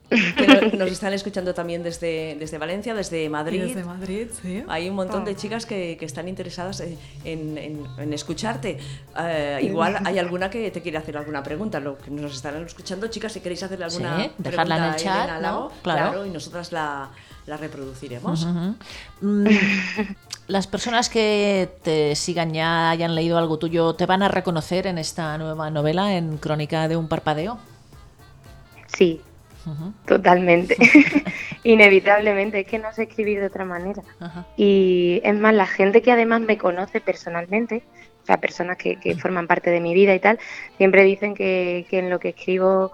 Speaker 1: que no- nos están escuchando también desde, desde Valencia, desde
Speaker 3: Y
Speaker 1: Madrid.
Speaker 3: Desde Madrid, sí.
Speaker 1: Hay un montón
Speaker 2: Ah.
Speaker 1: de chicas que, que están interesadas en, en- en- en escucharte. Eh, igual hay alguna que te quiere hacer alguna pregunta. Lo que nos están escuchando, chicas, si queréis hacerle alguna
Speaker 2: Sí, dejarla en
Speaker 1: pregunta
Speaker 2: el
Speaker 1: a
Speaker 2: chat,
Speaker 1: Elena
Speaker 2: ¿no?
Speaker 1: Lago,
Speaker 2: Claro.
Speaker 1: claro. y nosotras la, la reproduciremos.
Speaker 2: Ujú. Mm, Las personas que te sigan ya, hayan leído algo tuyo, ¿te van a reconocer en esta nueva novela, en Crónica de un Parpadeo?
Speaker 5: Sí,
Speaker 2: Ujú,
Speaker 5: totalmente. Inevitablemente, es que no sé escribir de otra manera.
Speaker 2: ajá.
Speaker 5: Y es más, la gente que además me conoce personalmente, o sea, personas que,
Speaker 2: Mm.
Speaker 5: que forman parte de mi vida y tal, siempre dicen que, que en lo que escribo,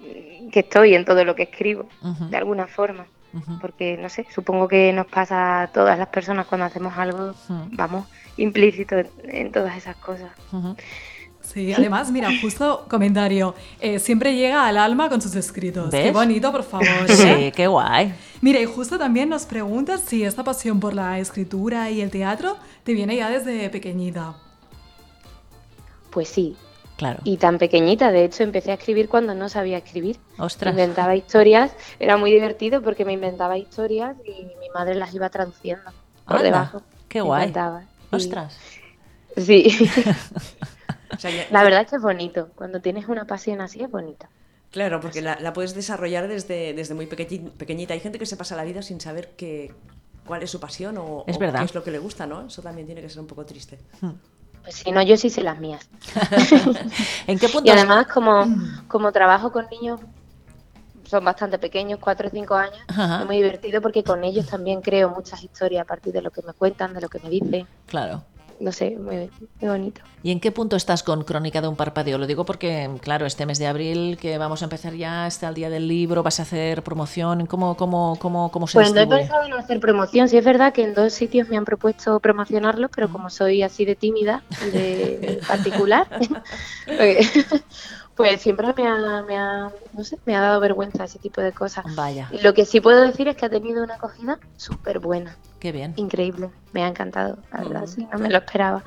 Speaker 5: mm, que estoy en todo lo que escribo,
Speaker 2: Ujú.
Speaker 5: de alguna forma.
Speaker 2: Ujú.
Speaker 5: Porque, no sé, supongo que nos pasa a todas las personas cuando hacemos algo,
Speaker 2: Ujú.
Speaker 5: vamos, implícito en, en todas esas cosas.
Speaker 2: Ujú.
Speaker 3: Sí, además, mira, justo comentario. eh, siempre llega al alma con sus escritos. Qué
Speaker 2: ¿Ves?
Speaker 3: bonito, por favor.
Speaker 5: Pues
Speaker 3: ¿eh?
Speaker 2: Sí, qué guay.
Speaker 3: Mira, y justo también nos preguntas si esta pasión por la escritura y el teatro te viene ya desde pequeñita.
Speaker 5: Pues sí,
Speaker 2: Claro.
Speaker 5: y tan pequeñita, de hecho, empecé a escribir cuando no sabía escribir.
Speaker 2: Ostras.
Speaker 5: Inventaba historias, era muy divertido porque me inventaba historias y mi madre las iba traduciendo por
Speaker 2: Anda,
Speaker 5: debajo.
Speaker 2: Qué
Speaker 5: Me
Speaker 2: guay.
Speaker 5: encantaba, sí.
Speaker 2: Ostras.
Speaker 5: Sí.
Speaker 1: sea, ya-
Speaker 5: La verdad es que es bonito. Cuando tienes una pasión así es bonito.
Speaker 1: Claro,
Speaker 2: Pues
Speaker 1: porque la, la puedes desarrollar desde, desde muy pequeñi- pequeñita. Hay gente que se pasa la vida sin saber qué- cuál es su pasión o,
Speaker 2: Es
Speaker 1: o
Speaker 2: verdad.
Speaker 1: qué es lo que le gusta, ¿no? Eso también tiene que ser un poco triste.
Speaker 5: Pues si no, yo sí sé las mías.
Speaker 2: ¿En qué
Speaker 5: Y
Speaker 2: punto?
Speaker 5: además, como, como trabajo con niños, son bastante pequeños, 4 o 5 años,
Speaker 2: Ajá.
Speaker 5: es muy divertido porque con ellos también creo muchas historias a partir de lo que me cuentan, de lo que me dicen.
Speaker 2: Claro.
Speaker 5: No sé, muy, muy bonito.
Speaker 2: ¿Y en qué punto estás con Crónica de un parpadeo? Lo digo porque, claro, este mes de abril que vamos a empezar ya, está el día del libro, vas a hacer promoción, ¿cómo, cómo, cómo, cómo se
Speaker 5: Pues no he
Speaker 2: distribuye?
Speaker 5: pensado en hacer promoción. Sí es verdad que en dos sitios me han propuesto promocionarlo, pero como soy así de tímida, y de particular, eh, pues siempre me ha, me ha- no sé, me ha dado vergüenza ese tipo de cosas.
Speaker 2: Vaya,
Speaker 5: Lo que sí puedo decir es que ha tenido una acogida súper buena,
Speaker 2: qué bien.
Speaker 5: increíble. Me ha encantado, la verdad, sí, no me lo esperaba.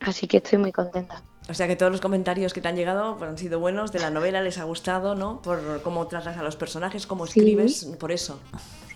Speaker 5: Así que estoy muy contenta.
Speaker 1: O sea que todos los comentarios que te han llegado pues, han sido buenos, de la novela les ha gustado, ¿no? Por cómo tratas a los personajes, cómo
Speaker 5: Sí.
Speaker 1: escribes, por eso.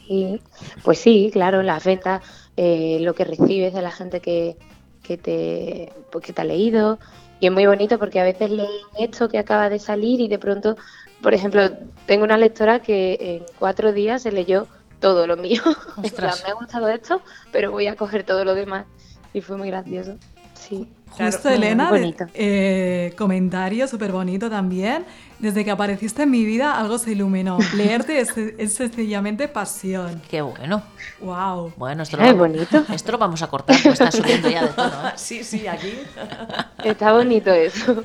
Speaker 5: Sí, pues sí, claro, las ventas, eh, lo que recibes de la gente que, que, te, pues que te ha leído. Y es muy bonito porque a veces leen esto que acaba de salir y de pronto, por ejemplo, tengo una lectora que en cuatro días se leyó todo lo mío. En
Speaker 2: Ostras.
Speaker 5: plan, me ha gustado esto, pero voy a coger todo lo demás. Y fue muy gracioso. Sí.
Speaker 1: Claro.
Speaker 3: Justo, Elena,
Speaker 5: muy
Speaker 3: de-
Speaker 5: bonito.
Speaker 3: eh, comentario súper bonito también. Desde que apareciste en mi vida, algo se iluminó. Leerte es, es sencillamente pasión.
Speaker 2: Qué bueno.
Speaker 3: ¡Wow!
Speaker 2: Bueno, esto lo,
Speaker 5: Ay,
Speaker 2: vamos-
Speaker 5: Ah, bonito.
Speaker 2: esto lo vamos a cortar, porque está subiendo ya de tono. ¿eh?
Speaker 1: Sí, sí, aquí.
Speaker 5: Está bonito eso.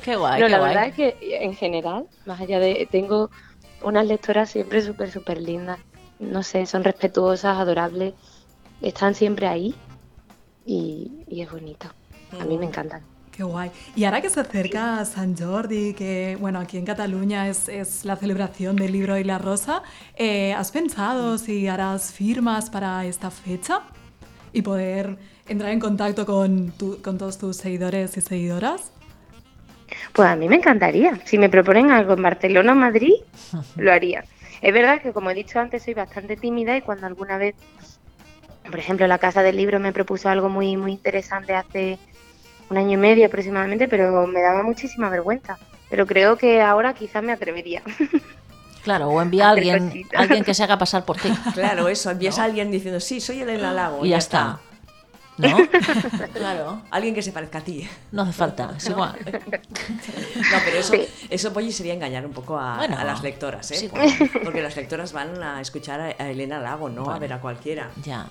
Speaker 2: Qué guay,
Speaker 5: No,
Speaker 2: qué
Speaker 5: la
Speaker 2: guay.
Speaker 5: verdad es que en general, más allá de. Tengo unas lectoras siempre súper, súper lindas. No sé, son respetuosas, adorables. Están siempre ahí y, y es bonito. A
Speaker 2: Mm.
Speaker 5: mí me encantan.
Speaker 3: Qué guay. Y ahora que se acerca a San Jordi, que bueno, aquí en Cataluña es, es la celebración del libro y la rosa, eh, ¿has pensado si harás firmas para esta fecha y poder entrar en contacto con, tu- con todos tus seguidores y seguidoras?
Speaker 5: Pues a mí me encantaría. Si me proponen algo en Barcelona o Madrid, lo haría. Es verdad que, como he dicho antes, soy bastante tímida y cuando alguna vez, por ejemplo, la Casa del Libro me propuso algo muy, muy interesante hace un año y medio aproximadamente, pero me daba muchísima vergüenza. Pero creo que ahora quizás me atrevería.
Speaker 2: Claro, o envía a
Speaker 5: Hacer
Speaker 2: alguien,
Speaker 5: cositas.
Speaker 2: alguien que se haga pasar por ti.
Speaker 1: Claro, eso. Envías a alguien diciendo, sí, soy Elena Lago.
Speaker 2: Y ya está. ¿No? Claro.
Speaker 1: Alguien que se parezca a ti.
Speaker 2: No hace falta, es igual.
Speaker 1: No, pero eso,
Speaker 5: Sí.
Speaker 1: eso Polly, sería engañar un poco a,
Speaker 2: Bueno.
Speaker 1: a las lectoras, ¿eh?
Speaker 2: Sí.
Speaker 1: Porque, porque las lectoras van a escuchar a, a Elena Lago, no a ver a cualquiera.
Speaker 2: Ya.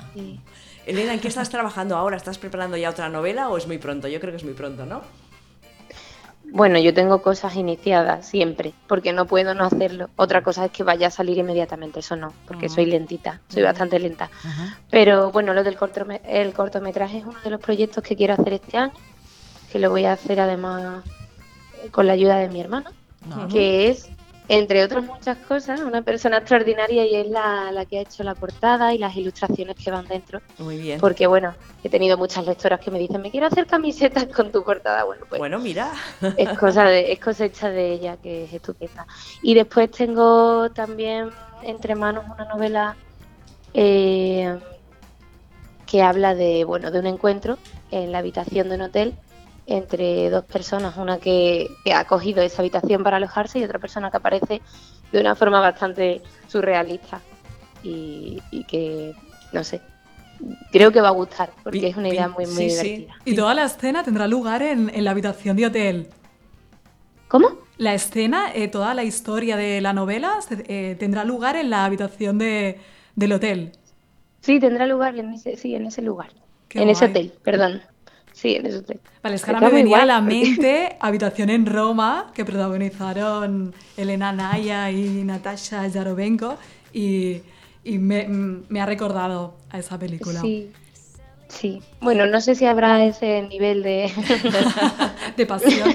Speaker 1: Elena, ¿en qué estás trabajando ahora? ¿Estás preparando ya otra novela o es muy pronto? Yo creo que es muy pronto, ¿no?
Speaker 5: Bueno, yo tengo cosas iniciadas siempre, porque no puedo no hacerlo. Otra cosa es que vaya a salir inmediatamente, eso no, porque soy lentita, soy bastante lenta. Pero bueno, lo del cortome- el cortometraje es uno de los proyectos que quiero hacer este año, que lo voy a hacer además eh, con la ayuda de mi hermana,
Speaker 2: No.
Speaker 5: que es, entre otras muchas cosas, una persona extraordinaria y es la, la que ha hecho la portada y las ilustraciones que van dentro.
Speaker 1: Muy bien.
Speaker 5: Porque bueno, he tenido muchas lectoras que me dicen, me quiero hacer camisetas con tu portada. Bueno, pues
Speaker 1: Bueno, mira.
Speaker 5: es cosa de, es cosecha de ella que es estupenda. Y después tengo también entre manos una novela eh, que habla de bueno de un encuentro en la habitación de un hotel entre dos personas, una que, que ha cogido esa habitación para alojarse y otra persona que aparece de una forma bastante surrealista y, y que no sé, creo que va a gustar porque
Speaker 1: Pi-
Speaker 5: es una idea
Speaker 1: pi-
Speaker 5: muy
Speaker 1: sí,
Speaker 5: muy
Speaker 1: sí.
Speaker 5: divertida.
Speaker 3: Y toda la escena tendrá lugar en, en la habitación de hotel.
Speaker 5: ¿Cómo?
Speaker 3: La escena, eh, toda la historia de la novela se- eh, tendrá lugar en la habitación de- del hotel.
Speaker 5: Sí, tendrá lugar en ese, sí, en ese lugar.
Speaker 3: Qué
Speaker 5: en ese
Speaker 3: guay.
Speaker 5: hotel, perdón. Sí, en ese hotel.
Speaker 3: Vale, es que ahora
Speaker 5: Está
Speaker 3: me
Speaker 5: muy
Speaker 3: venía
Speaker 5: guay,
Speaker 3: a la
Speaker 5: porque-
Speaker 3: mente Habitación en Roma, que protagonizaron Elena Naya y Natasha Yarovenko, y, y me, mm, me ha recordado a esa película.
Speaker 5: Sí. Sí. Bueno, no sé si habrá ese nivel de
Speaker 3: De pasión.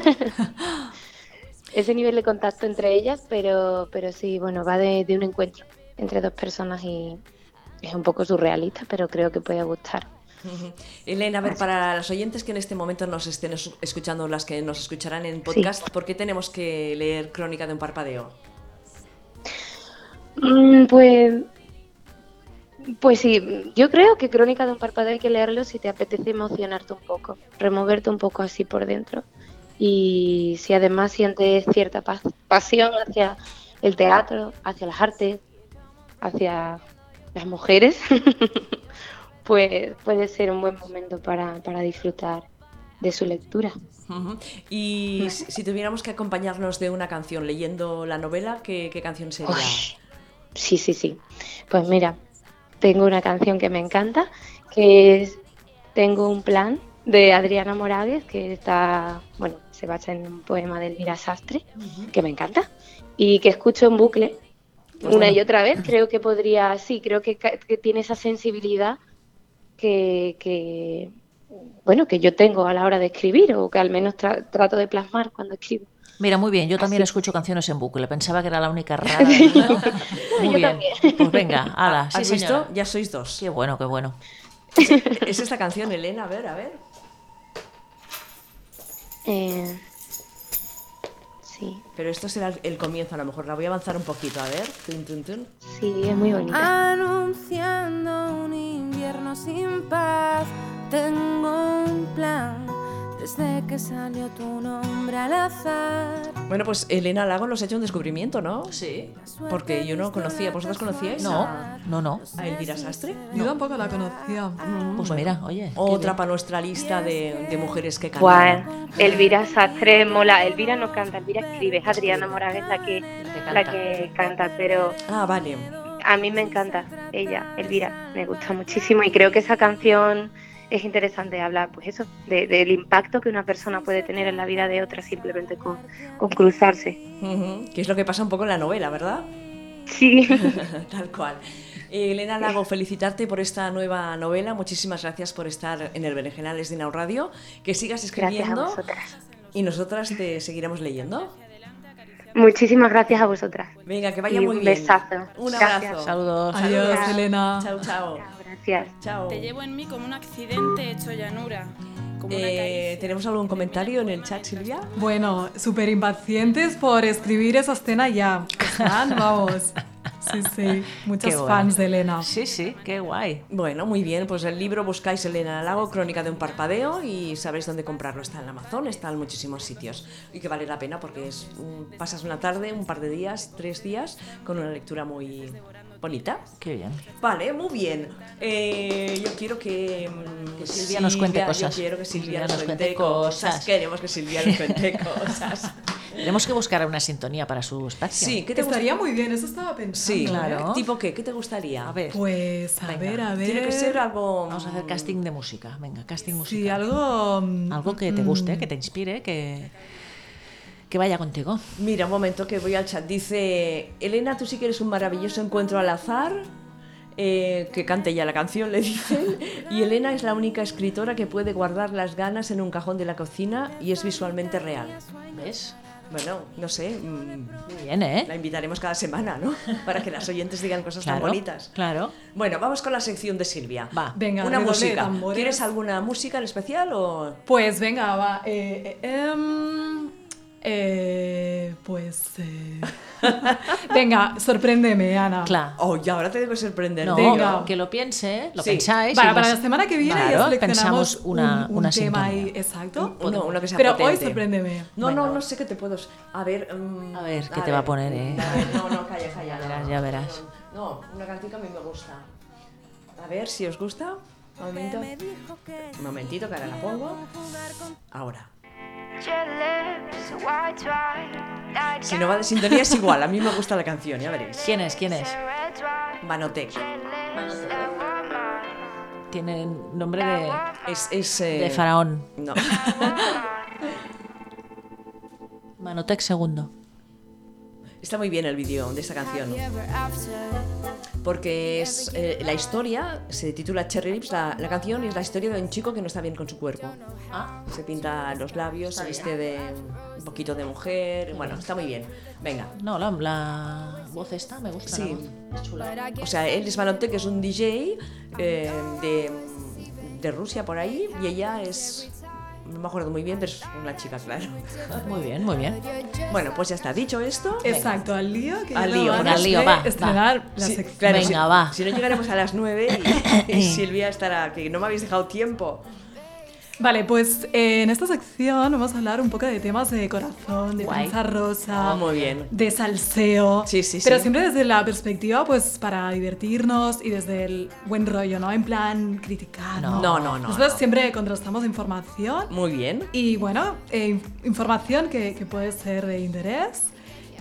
Speaker 5: ese nivel de contacto entre ellas, pero pero sí, bueno, va de, de un encuentro entre dos personas y es un poco surrealista, pero creo que puede gustar.
Speaker 1: Elena, a ver, para los oyentes que en este momento nos estén es- escuchando, las que nos escucharán en podcast, ¿por qué tenemos que leer Crónica de un parpadeo?
Speaker 5: Mm, Pues, pues sí, yo creo que Crónica de un parpadeo hay que leerlo si te apetece emocionarte un poco, removerte un poco así por dentro y si además sientes cierta pas- pasión hacia el teatro, hacia las artes, hacia las mujeres, pues puede ser un buen momento para, para disfrutar de su lectura.
Speaker 1: Ujú. Y si si tuviéramos que acompañarnos de una canción leyendo la novela, ¿qué, qué canción sería?
Speaker 5: Uy, sí, sí, sí. Pues mira, tengo una canción que me encanta, que es Tengo un plan de Adriana Moragues, que está, bueno, se basa en un poema de Elvira Sastre, que me encanta, y que escucho en bucle una y otra vez. Creo que podría, sí, creo que, ca- que tiene esa sensibilidad que, que, bueno, que yo tengo a la hora de escribir, o que al menos tra- trato de plasmar cuando escribo.
Speaker 2: Mira, muy bien, yo también escucho canciones en bucle. Pensaba que era la única rara. del mundo. muy
Speaker 5: yo
Speaker 2: bien. Pues venga, ala, sí,
Speaker 1: ¿Has visto?
Speaker 2: señora.
Speaker 1: Ya sois dos.
Speaker 2: Qué bueno, qué bueno.
Speaker 1: Es esta canción, Elena, a ver, a ver.
Speaker 5: Eh, sí.
Speaker 1: Pero esto será el- el comienzo, a lo mejor la voy a avanzar un poquito, a ver. Tun, tun, tun.
Speaker 5: Sí, es muy bonito.
Speaker 6: Ah. Anunciando un invierno sin paz, tengo un plan desde que salió tu nombre al azar.
Speaker 1: Bueno, pues Elena Lago nos ha hecho un descubrimiento, ¿no?
Speaker 2: Sí.
Speaker 1: Porque yo no conocía, ¿vosotras conocíais?
Speaker 2: No, no, no.
Speaker 1: ¿A Elvira Sastre?
Speaker 3: Yo tampoco la conocía.
Speaker 2: Pues mira, oye.
Speaker 1: Otra para nuestra lista de, de mujeres que
Speaker 5: Guau,
Speaker 1: cantan.
Speaker 5: Elvira Sastre mola. Elvira no canta, Elvira escribe. Es Adriana Moragues la que,
Speaker 2: que
Speaker 5: la
Speaker 2: canta.
Speaker 5: que canta, pero
Speaker 1: Ah, vale.
Speaker 5: a mí me encanta ella, Elvira. Me gusta muchísimo y creo que esa canción es interesante hablar, pues eso, de- del impacto que una persona puede tener en la vida de otra simplemente con, con cruzarse.
Speaker 1: Ujú, Que es lo que pasa un poco en la novela, ¿verdad?
Speaker 5: Sí.
Speaker 1: Tal cual. Eh, Elena Lago, felicitarte por esta nueva novela. Muchísimas gracias por estar en el Berenjenales de Nau Radio. Que sigas
Speaker 5: Gracias a
Speaker 1: escribiendo
Speaker 5: vosotras.
Speaker 1: y nosotras te seguiremos leyendo.
Speaker 5: Muchísimas gracias a vosotras.
Speaker 1: Venga, que vaya
Speaker 5: Y
Speaker 1: muy
Speaker 5: un
Speaker 1: bien.
Speaker 5: besazo.
Speaker 1: Un
Speaker 5: Gracias.
Speaker 1: abrazo.
Speaker 2: Saludos.
Speaker 3: Adiós, Elena.
Speaker 1: Chao, chao.
Speaker 5: Gracias.
Speaker 1: Chao.
Speaker 7: Te llevo en mí como un accidente hecho llanura. Como una
Speaker 1: Eh,
Speaker 7: caricia.
Speaker 1: ¿Tenemos algún comentario en el chat, Silvia?
Speaker 3: Bueno, súper impacientes por escribir esa escena ya. Están, vamos. Sí, sí. Muchos
Speaker 2: Qué bueno.
Speaker 3: fans de Elena.
Speaker 2: Sí, sí, qué guay.
Speaker 1: Bueno, muy bien, pues el libro buscáis Elena Lago, Crónica de un parpadeo y sabéis dónde comprarlo. Está en Amazon, está en muchísimos sitios y que vale la pena porque es un- pasas una tarde, un par de días, tres días con una lectura muy bonita.
Speaker 2: Qué bien.
Speaker 1: Vale, muy bien. Eh, yo quiero que, mm,
Speaker 2: Que Silvia nos cuente cosas.
Speaker 1: Yo quiero que Silvia nos cuente cosas.
Speaker 2: cosas.
Speaker 1: Queremos que Silvia nos cuente cosas.
Speaker 2: Tenemos que buscar una sintonía para su espacio.
Speaker 1: Sí, ¿qué
Speaker 3: Te
Speaker 1: te gustaría?
Speaker 3: estaría muy bien, eso estaba pensando. ¿eh?
Speaker 1: Sí,
Speaker 2: Claro.
Speaker 1: ¿Tipo qué? ¿Qué te gustaría?
Speaker 2: A ver,
Speaker 3: Pues, a
Speaker 2: Venga,
Speaker 3: ver, a ver.
Speaker 1: Tiene que ser algo. mm,
Speaker 2: vamos a hacer casting de música. Venga, casting musical.
Speaker 3: Sí, algo. mm,
Speaker 2: Algo que te guste, que te inspire, que, que vaya contigo.
Speaker 1: Mira, un momento que voy al chat. Dice, Elena, tú sí que eres un maravilloso encuentro al azar. Eh, que cante ya la canción, le dicen. Y Elena es la única escritora que puede guardar las ganas en un cajón de la cocina y es visualmente real.
Speaker 2: ¿Ves?
Speaker 1: Bueno, no sé, mm,
Speaker 2: Muy bien, ¿eh?
Speaker 1: la invitaremos cada semana, ¿no? Para que las oyentes digan cosas
Speaker 2: Claro,
Speaker 1: tan bonitas.
Speaker 2: Claro.
Speaker 1: Bueno, vamos con la sección de Silvia.
Speaker 2: Va.
Speaker 3: Venga,
Speaker 1: Una
Speaker 3: redoble de
Speaker 1: música.
Speaker 3: tambores.
Speaker 1: ¿Quieres alguna música en especial o...?
Speaker 3: Pues venga, va. eh, eh, em, eh, pues. eh, venga, sorpréndeme, Ana.
Speaker 2: Claro.
Speaker 1: Oh, y ahora te debo sorprender.
Speaker 2: Ah. No,
Speaker 3: Venga.
Speaker 2: que lo piense, lo
Speaker 1: Sí.
Speaker 2: pensáis. y
Speaker 3: Para, para
Speaker 2: las-
Speaker 3: la semana que viene
Speaker 2: Claro,
Speaker 3: ya seleccionamos
Speaker 2: pensamos una,
Speaker 3: un, un
Speaker 2: una
Speaker 3: tema
Speaker 2: sintonía.
Speaker 3: ahí, exacto.
Speaker 1: No, una que sea
Speaker 3: Pero hoy
Speaker 1: potente.
Speaker 3: sorpréndeme.
Speaker 1: No,
Speaker 2: Venga,
Speaker 1: no,
Speaker 2: va.
Speaker 1: no sé qué te puedo. A ver. mm,
Speaker 2: A ver, ¿qué te va a poner, eh?
Speaker 1: A ver, no, no, calla, calla.
Speaker 2: Ya
Speaker 1: no,
Speaker 2: verás,
Speaker 1: no,
Speaker 2: ya
Speaker 1: no,
Speaker 2: verás.
Speaker 1: No, no, una canción que a mí me gusta. A ver si os gusta. Un momento. Un momentito, que ahora la pongo. Ahora. Si no va de sintonía es igual, a mí me gusta la canción, ya veréis.
Speaker 2: ¿Quién es? ¿Quién es?
Speaker 1: Manotec.
Speaker 2: Tiene nombre de,
Speaker 1: Es. es eh,
Speaker 2: de faraón.
Speaker 1: No.
Speaker 2: Manotec segundo.
Speaker 1: Está muy bien el vídeo de esta canción. Porque es eh, la historia, se titula Cherry Lips, la, la canción, y es la historia de un chico que no está bien con su cuerpo.
Speaker 2: Ah,
Speaker 1: Se pinta los labios, se viste de un poquito de mujer. Bueno, está muy bien. Venga.
Speaker 2: no, la, la voz esta me gusta.
Speaker 1: Sí.
Speaker 2: La voz. Es chula.
Speaker 1: O sea, él es Malote, que es un DJ eh, de, de Rusia por ahí, y ella es. No me acuerdo muy bien, pero es una chica, claro.
Speaker 2: Ah, Muy bien, muy bien.
Speaker 1: Bueno, pues ya está. Dicho esto.
Speaker 3: Exacto, al lío que
Speaker 1: Al
Speaker 3: ya
Speaker 1: lío,
Speaker 3: tengo
Speaker 1: venga,
Speaker 3: ganas
Speaker 2: al lío,
Speaker 3: de
Speaker 2: va, va.
Speaker 3: estrenar la
Speaker 1: Sí,
Speaker 3: sección.
Speaker 1: claro,
Speaker 2: Venga,
Speaker 1: si,
Speaker 2: va.
Speaker 1: Si no llegaremos a las 9 y, y Silvia estará, que no me habéis dejado tiempo.
Speaker 3: Vale, pues eh, en esta sección vamos a hablar un poco de temas de corazón, de
Speaker 2: Guay. Oh,
Speaker 3: panza rosa,
Speaker 1: Ah, muy bien.
Speaker 3: de salseo.
Speaker 1: Sí, sí,
Speaker 3: Pero
Speaker 1: sí.
Speaker 3: siempre desde la perspectiva, pues, para divertirnos y desde el buen rollo, ¿no? En plan, criticar.
Speaker 1: No, no, no. no,
Speaker 3: Nosotros siempre contrastamos información
Speaker 1: Muy bien.
Speaker 3: y bueno, eh, inf- información que, que puede ser de interés.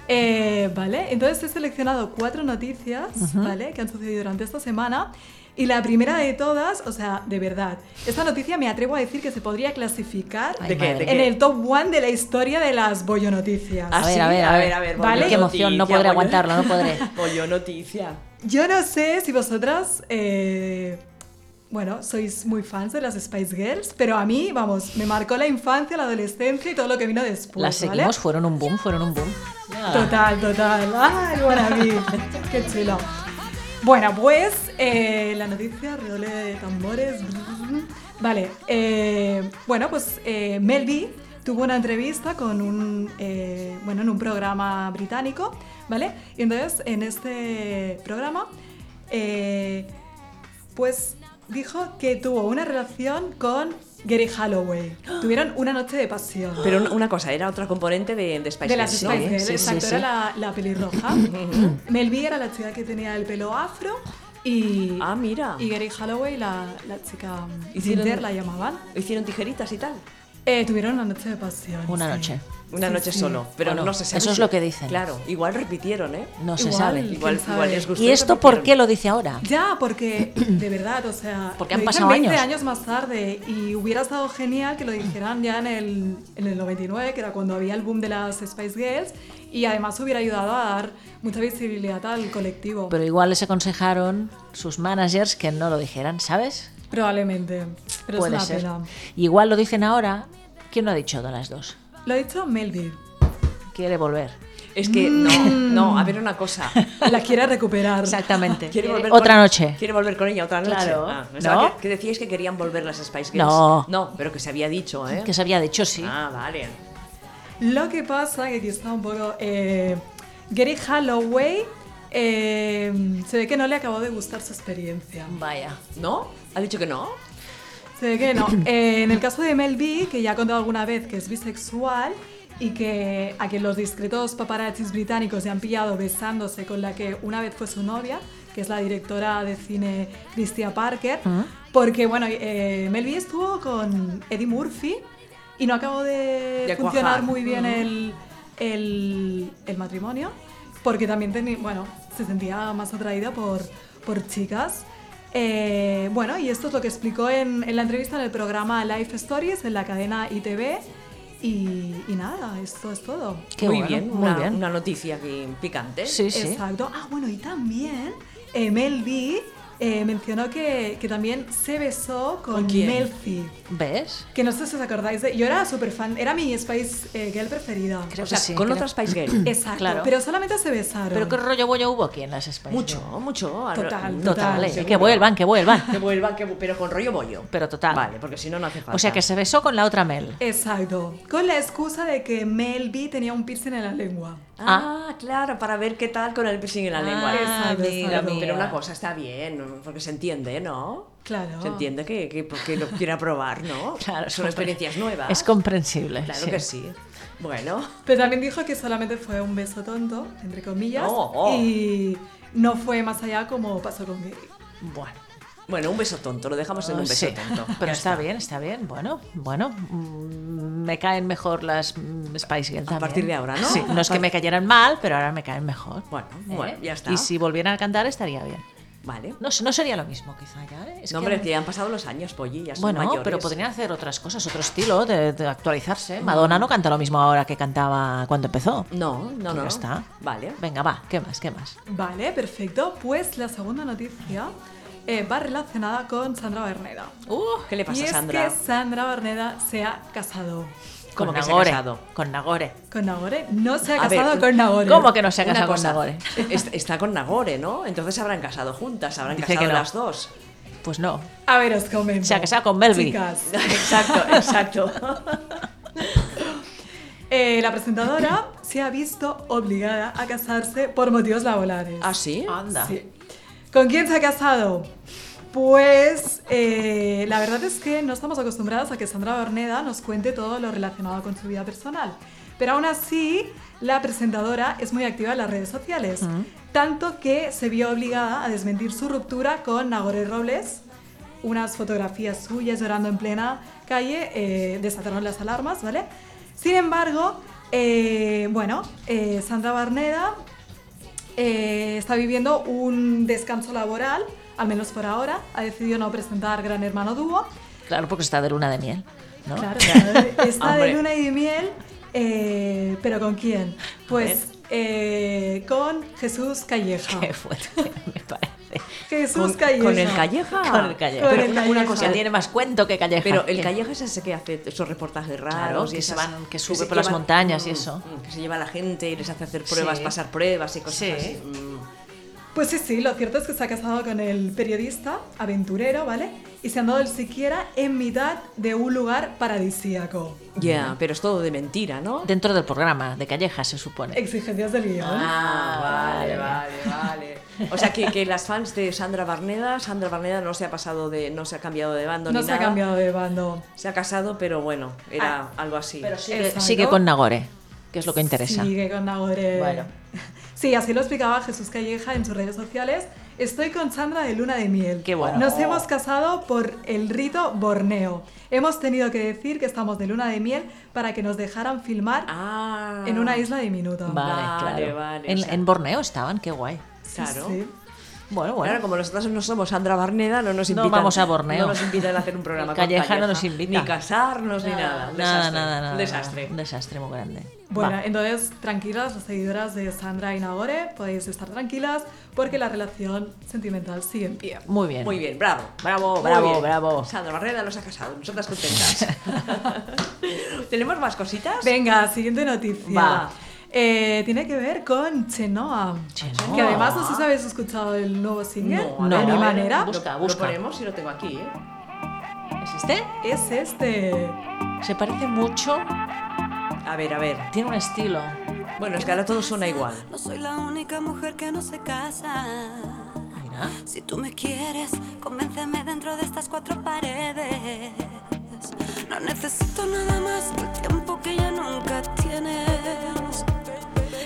Speaker 3: Eh, vale, entonces he seleccionado cuatro noticias, ¿vale? Que han sucedido durante esta semana. Y la primera de todas, o sea, de verdad, esta noticia me atrevo a decir que se podría clasificar
Speaker 2: Ay,
Speaker 1: ¿De qué?
Speaker 2: madre.
Speaker 1: ¿De
Speaker 3: en
Speaker 1: qué?
Speaker 3: el top one de la historia de las bollo noticias.
Speaker 1: Ah,
Speaker 2: A ver,
Speaker 1: sí,
Speaker 2: a ver, a ver,
Speaker 1: bollo
Speaker 3: Vale.
Speaker 2: Qué emoción, no
Speaker 1: noticia,
Speaker 2: podré
Speaker 1: bollo-
Speaker 2: aguantarlo, no podré.
Speaker 1: Bollo noticia.
Speaker 3: Yo no sé si vosotras, eh, bueno, sois muy fans de las Spice Girls, pero a mí, vamos, me marcó la infancia, la adolescencia y todo lo que vino después.
Speaker 2: Las
Speaker 3: ¿vale?
Speaker 2: seguimos, fueron un boom, fueron un boom. Nada.
Speaker 3: Total, total. Ay, mí Qué chulo. Bueno, pues eh, la noticia, redoble de tambores. Vale, eh, bueno, pues eh, Mel B tuvo una entrevista con un, eh, bueno, en un programa británico, ¿vale? Y entonces en este programa, eh, pues dijo que tuvo una relación con Gary Holloway. Tuvieron una noche de pasión.
Speaker 1: Pero un- una cosa, era otra componente de, de Spice
Speaker 3: De las
Speaker 1: Girls,
Speaker 3: Spice
Speaker 1: ¿no?
Speaker 3: Girls,
Speaker 2: sí,
Speaker 3: exacto,
Speaker 2: sí, sí.
Speaker 3: era la, la pelirroja. Mel B era la chica que tenía el pelo afro y,
Speaker 1: Ah, mira.
Speaker 3: y Gary Holloway, la, la chica um,
Speaker 1: Hicieron-
Speaker 3: Tinder, la llamaban.
Speaker 1: Hicieron tijeritas y tal.
Speaker 3: Eh, tuvieron una noche de pasión.
Speaker 2: Una
Speaker 3: sí.
Speaker 2: noche.
Speaker 1: Una noche solo, pero
Speaker 2: Bueno,
Speaker 1: no se sabe.
Speaker 2: eso es
Speaker 1: si-
Speaker 2: lo que dicen.
Speaker 1: Claro, igual repitieron, ¿eh?
Speaker 2: No se
Speaker 3: Igual.
Speaker 2: sabe.
Speaker 3: ¿Quién
Speaker 1: Igual,
Speaker 3: sabe?
Speaker 1: igual les gustó.
Speaker 2: ¿Y esto por qué lo dice ahora?
Speaker 3: Ya, porque de verdad, o sea,
Speaker 2: Porque han
Speaker 3: lo dicen
Speaker 2: pasado
Speaker 3: 20
Speaker 2: años.
Speaker 3: años más tarde y hubiera estado genial que lo dijeran ya en el, en el 99, que era cuando había el boom de las Spice Girls, y además hubiera ayudado a dar mucha visibilidad al colectivo.
Speaker 2: Pero igual les aconsejaron sus managers que no lo dijeran, ¿sabes?
Speaker 3: Probablemente, pero
Speaker 2: Puede
Speaker 3: es una
Speaker 2: ser.
Speaker 3: pena.
Speaker 2: Igual lo dicen ahora. ¿Quién lo ha dicho de las dos?
Speaker 3: Lo ha dicho Melville.
Speaker 2: Quiere volver.
Speaker 1: Es que no,
Speaker 2: Mm.
Speaker 1: no, a ver una cosa.
Speaker 3: La quiere recuperar.
Speaker 2: Exactamente.
Speaker 1: Quiere volver
Speaker 2: Otra
Speaker 1: con-
Speaker 2: noche.
Speaker 1: Quiere volver con ella otra noche.
Speaker 2: Claro.
Speaker 1: Ah, pensaba
Speaker 2: ¿No?
Speaker 1: que, que decíais que querían volver las Spice Girls.
Speaker 2: No.
Speaker 1: No, pero que se había dicho, ¿eh?
Speaker 2: Que se había dicho sí.
Speaker 1: Ah, vale.
Speaker 3: Lo que pasa que aquí está un poco. Eh, Gary Holloway eh, se ve que no le acabó de gustar su experiencia.
Speaker 2: Vaya.
Speaker 1: ¿No? ¿Ha dicho que no?
Speaker 3: Se ve que no. Eh, en el caso de Mel B, que ya ha contado alguna vez que es bisexual y que a quien los discretos paparazzis británicos se han pillado besándose con la que una vez fue su novia, que es la directora de cine Christia Parker, porque bueno, eh, Mel B estuvo con Eddie Murphy y no acabó de,
Speaker 1: De
Speaker 3: funcionar
Speaker 1: cuajar.
Speaker 3: muy bien el, el- el matrimonio, porque también tenía, bueno, se sentía más atraída por, por chicas. Eh, bueno, y esto es lo que explicó en, en la entrevista en el programa Life Stories en la cadena ITV. Y, y nada, esto es todo.
Speaker 2: Qué
Speaker 1: muy
Speaker 2: bueno,
Speaker 1: bien,
Speaker 2: muy
Speaker 1: una,
Speaker 2: bien.
Speaker 1: una noticia aquí picante.
Speaker 2: Sí, sí.
Speaker 3: Exacto. Ah, bueno, y también eh, Mel B eh, mencionó que, que también se besó con,
Speaker 1: ¿Con quién?
Speaker 3: Mel C.
Speaker 2: ¿Ves?
Speaker 3: Que no sé si os acordáis de. Yo era súper fan, era mi Spice eh, Girl preferida.
Speaker 2: Creo
Speaker 1: O sea,
Speaker 2: que sí.
Speaker 1: con
Speaker 2: creo-
Speaker 1: otra Spice Eh, Girl.
Speaker 3: Exacto,
Speaker 2: Claro.
Speaker 3: pero solamente se besaron.
Speaker 2: Pero qué rollo bollo hubo aquí en las Spice
Speaker 1: mucho,
Speaker 2: Girls?
Speaker 1: mucho.
Speaker 3: Total,
Speaker 2: Total, eh,
Speaker 1: seguro.
Speaker 2: que vuelvan, que vuelvan.
Speaker 1: Que vuelvan, que, vu- pero con rollo bollo.
Speaker 2: Pero total.
Speaker 1: Vale, porque si no, no hace falta.
Speaker 2: O sea que se besó con la otra Mel.
Speaker 3: Exacto, con la excusa de que Mel B tenía un piercing en la lengua.
Speaker 1: Ah, claro, para ver qué tal con el piercing en la
Speaker 2: Ah,
Speaker 1: lengua.
Speaker 2: Exacto,
Speaker 1: Pero-
Speaker 2: exacto.
Speaker 1: Pero,
Speaker 2: mira.
Speaker 1: una cosa está bien, porque se entiende, ¿no?
Speaker 3: Claro.
Speaker 1: Se entiende que, que porque lo quiera probar, ¿no?
Speaker 2: Claro, es
Speaker 1: Son
Speaker 2: compre-
Speaker 1: experiencias nuevas.
Speaker 2: Es comprensible.
Speaker 1: Claro
Speaker 2: sí.
Speaker 1: que sí. Bueno,
Speaker 3: Pero también dijo que solamente fue un beso tonto, entre comillas,
Speaker 1: No, oh.
Speaker 3: y no fue más allá como pasó con Gary.
Speaker 2: Bueno. Oh,
Speaker 1: bueno, un beso tonto, lo dejamos Pues en un beso
Speaker 2: Sí,
Speaker 1: tonto.
Speaker 2: Pero está bien, está bien. Bueno, bueno. mm, Me caen mejor las mm, Spice Girls.
Speaker 1: A partir de ahora, ¿no?
Speaker 2: Sí, no es que me cayeran mal, pero ahora me caen mejor.
Speaker 1: Bueno,
Speaker 2: ¿Eh?
Speaker 1: bueno, ya está.
Speaker 2: Y si volvieran a cantar estaría bien.
Speaker 1: Vale.
Speaker 2: No, sé, no sería lo mismo quizá ya. ¿eh? Es
Speaker 1: no,
Speaker 2: que-
Speaker 1: hombre, que ya han pasado los años, Polly, ya son
Speaker 2: bueno,
Speaker 1: mayores.
Speaker 2: pero podrían hacer otras cosas, otro estilo, de, de actualizarse. Madonna no canta lo mismo ahora que cantaba cuando empezó.
Speaker 1: No, no, no.
Speaker 2: Pues Ya está.
Speaker 1: Vale.
Speaker 2: Venga, va, ¿qué más? ¿Qué más?
Speaker 3: Vale, perfecto. Pues la segunda noticia eh, va relacionada con Sandra Berneda.
Speaker 1: ¿Qué Uh, le pasa
Speaker 3: y
Speaker 1: a
Speaker 3: es
Speaker 1: Sandra?
Speaker 3: que Sandra Berneda se ha casado.
Speaker 1: ¿Cómo
Speaker 2: Con
Speaker 1: que se ha
Speaker 2: Nagore.
Speaker 1: casado?
Speaker 2: Con Nagore.
Speaker 3: ¿Con Nagore? No se ha
Speaker 1: A ver,
Speaker 3: casado con Nagore.
Speaker 2: ¿Cómo que no se ha
Speaker 1: Una
Speaker 2: casado con
Speaker 1: cosa,
Speaker 2: Nagore?
Speaker 1: es- Está con Nagore, ¿no? Entonces se habrán casado juntas, se habrán
Speaker 2: Dice
Speaker 1: casado
Speaker 2: que no.
Speaker 1: las dos.
Speaker 2: Pues no.
Speaker 3: A ver, os comento.
Speaker 2: Se ha casado con Mel B.
Speaker 3: Chicas,
Speaker 1: Exacto, exacto.
Speaker 3: eh, la presentadora se ha visto obligada a casarse por motivos laborales.
Speaker 1: ¿Ah, sí?
Speaker 2: Anda.
Speaker 3: Sí. ¿Con quién se ha casado? Pues eh, la verdad es que no estamos acostumbradas a que Sandra Barneda nos cuente todo lo relacionado con su vida personal. Pero aún así, la presentadora es muy activa en las redes sociales, tanto que se vio obligada a desmentir su ruptura con Nagore Robles. Unas fotografías suyas llorando en plena calle eh, desataron las alarmas, ¿vale? Sin embargo, eh, bueno, eh, Sandra Barneda eh, está viviendo un descanso laboral, al menos por ahora. Ha decidido no presentar Gran Hermano Dúo.
Speaker 1: Ah.
Speaker 2: Claro, porque está de luna de miel. ¿no?
Speaker 3: Claro, claro, está de
Speaker 1: Hombre.
Speaker 3: luna y de miel, eh, pero ¿con quién? Pues eh, con Jesús Calleja.
Speaker 2: Qué fuerte, me parece.
Speaker 3: Ah. Jesús
Speaker 1: Con,
Speaker 3: Calleja.
Speaker 1: con el Calleja.
Speaker 2: Con el Calleja.
Speaker 3: Con el
Speaker 1: Pero una-
Speaker 3: Calleja.
Speaker 1: una
Speaker 2: O sea,
Speaker 1: cosa,
Speaker 2: tiene más cuento que Calleja.
Speaker 1: Pero el
Speaker 2: Que-
Speaker 1: Calleja es ese que hace esos reportajes raros.
Speaker 2: Claro,
Speaker 1: y
Speaker 2: que se
Speaker 1: esas-
Speaker 2: van- que sube
Speaker 1: se
Speaker 2: por las
Speaker 1: llevan-
Speaker 2: montañas y
Speaker 1: mm,
Speaker 2: eso.
Speaker 1: mm, Que se lleva a la gente y les hace hacer pruebas,
Speaker 2: Sí.
Speaker 1: pasar pruebas y cosas
Speaker 2: Sí.
Speaker 1: así. mm.
Speaker 3: Pues sí, sí, lo cierto es que se ha casado con el periodista, aventurero, ¿vale? Y se han dado el siquiera en mitad de un lugar paradisíaco.
Speaker 1: Ya, pero es todo de mentira, ¿no?
Speaker 2: Dentro del programa de Calleja, se supone.
Speaker 3: Exigencias del guión.
Speaker 1: Ah, vale, vale, vale. O sea, que, que las fans de Sandra Barneda, Sandra Barneda no se ha pasado de, no se ha cambiado de bando
Speaker 3: no
Speaker 1: ni
Speaker 3: se ha
Speaker 1: nada.
Speaker 3: cambiado de bando.
Speaker 1: Se ha casado, pero bueno, era algo así.
Speaker 2: Sigue,
Speaker 3: Exacto.
Speaker 2: Eh, sigue con Nagore, que es lo que interesa.
Speaker 3: Sigue con Nagore.
Speaker 2: Bueno.
Speaker 3: Sí, así lo explicaba Jesús Calleja en sus redes sociales. Estoy con Sandra de Luna de Miel.
Speaker 2: Qué bueno. Oh.
Speaker 3: Nos hemos casado por el rito borneo. Hemos tenido que decir que estamos de Luna de Miel para que nos dejaran filmar
Speaker 1: Ah.
Speaker 3: en una isla diminuta.
Speaker 2: Vale,
Speaker 1: Vale,
Speaker 2: claro.
Speaker 1: vale,
Speaker 2: en,
Speaker 1: o sea-
Speaker 2: en Borneo estaban, qué guay.
Speaker 1: Claro.
Speaker 3: Sí.
Speaker 2: Bueno, bueno.
Speaker 1: Claro, como nosotros no somos Sandra Barneda, no nos
Speaker 2: No
Speaker 1: invitan.
Speaker 2: vamos a Borneo.
Speaker 1: No nos invitan a hacer un programa con
Speaker 2: Calleja no nos invita.
Speaker 1: Ni casarnos, ni nada. Un
Speaker 2: nada,
Speaker 1: desastre.
Speaker 2: nada, nada.
Speaker 1: Un desastre.
Speaker 2: nada. Un desastre muy grande.
Speaker 3: Bueno,
Speaker 2: Va.
Speaker 3: entonces, tranquilas, las seguidoras de Sandra y Nagore, podéis estar tranquilas porque la relación sentimental sigue en pie.
Speaker 2: Muy bien.
Speaker 1: Muy bien, bravo. Bravo,
Speaker 2: bravo, bravo.
Speaker 1: Sandra Barneda nos ha casado, nosotras contentas. ¿Tenemos más cositas?
Speaker 3: Venga, siguiente noticia.
Speaker 1: Va.
Speaker 3: Eh, tiene que ver con Chenoa.
Speaker 2: Chenoa.
Speaker 3: Que además no sé si habéis escuchado el nuevo single.
Speaker 1: a
Speaker 2: No.
Speaker 1: ver,
Speaker 3: de mi
Speaker 1: a ver,
Speaker 3: manera.
Speaker 2: Busca,
Speaker 1: lo-
Speaker 2: busca.
Speaker 1: Lo ponemos y lo tengo aquí, ¿eh?
Speaker 2: ¿Es este?
Speaker 3: Es este.
Speaker 2: Se parece mucho,
Speaker 1: A ver, a ver.
Speaker 2: tiene un estilo.
Speaker 1: Bueno, es que ahora todo suena igual.
Speaker 8: No soy la única mujer que no se casa.
Speaker 2: Mira.
Speaker 8: Si tú me quieres, convénceme dentro de estas cuatro paredes. No necesito nada más que el tiempo que ya nunca tienes.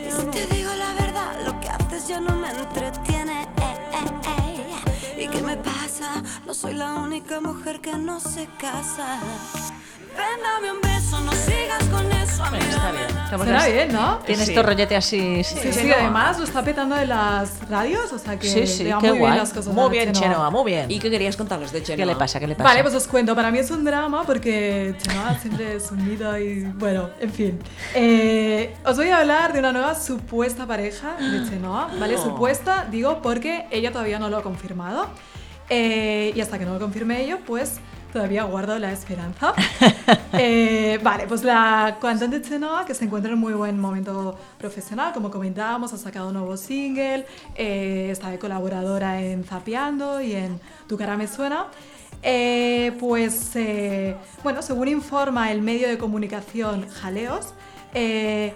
Speaker 8: Y si te digo la verdad, lo que haces ya no me entretiene. Eh, eh, eh. ¿Y qué me pasa? No soy la única mujer que no se casa. Ven, dame un beso, no sigas con eso.
Speaker 2: Bueno, está bien. Estamos
Speaker 3: Suena
Speaker 2: las-
Speaker 3: bien, ¿no?
Speaker 2: Tiene
Speaker 1: Sí.
Speaker 2: estos rolletes así.
Speaker 3: Sí, sí,
Speaker 2: Chenoa.
Speaker 3: además lo está petando de las radios, o sea que
Speaker 2: Sí, sí,
Speaker 3: le va
Speaker 2: qué
Speaker 3: muy bien
Speaker 2: guay.
Speaker 3: las cosas. a
Speaker 2: muy bien, Chenoa,
Speaker 3: Chenoa.
Speaker 2: muy bien.
Speaker 1: ¿Y qué querías contarnos de Chenoa?
Speaker 2: ¿Qué le pasa? ¿Qué le pasa?
Speaker 3: Vale, pues os cuento. Para mí es un drama porque Chenoa siempre es un nido y bueno, en fin. Eh, os voy a hablar de una nueva supuesta pareja de Chenoa, ¿vale? Supuesta, digo, porque ella todavía no lo ha confirmado. Eh, y hasta que no lo confirme ello, pues todavía guardo la esperanza. Eh, vale, pues la cantante Chenoa, que se encuentra en muy buen momento profesional, como comentábamos, ha sacado un nuevo single, eh, está de colaboradora en Zapeando y en Tu cara me suena. Eh, pues, eh, bueno, según informa el medio de comunicación Jaleos, eh,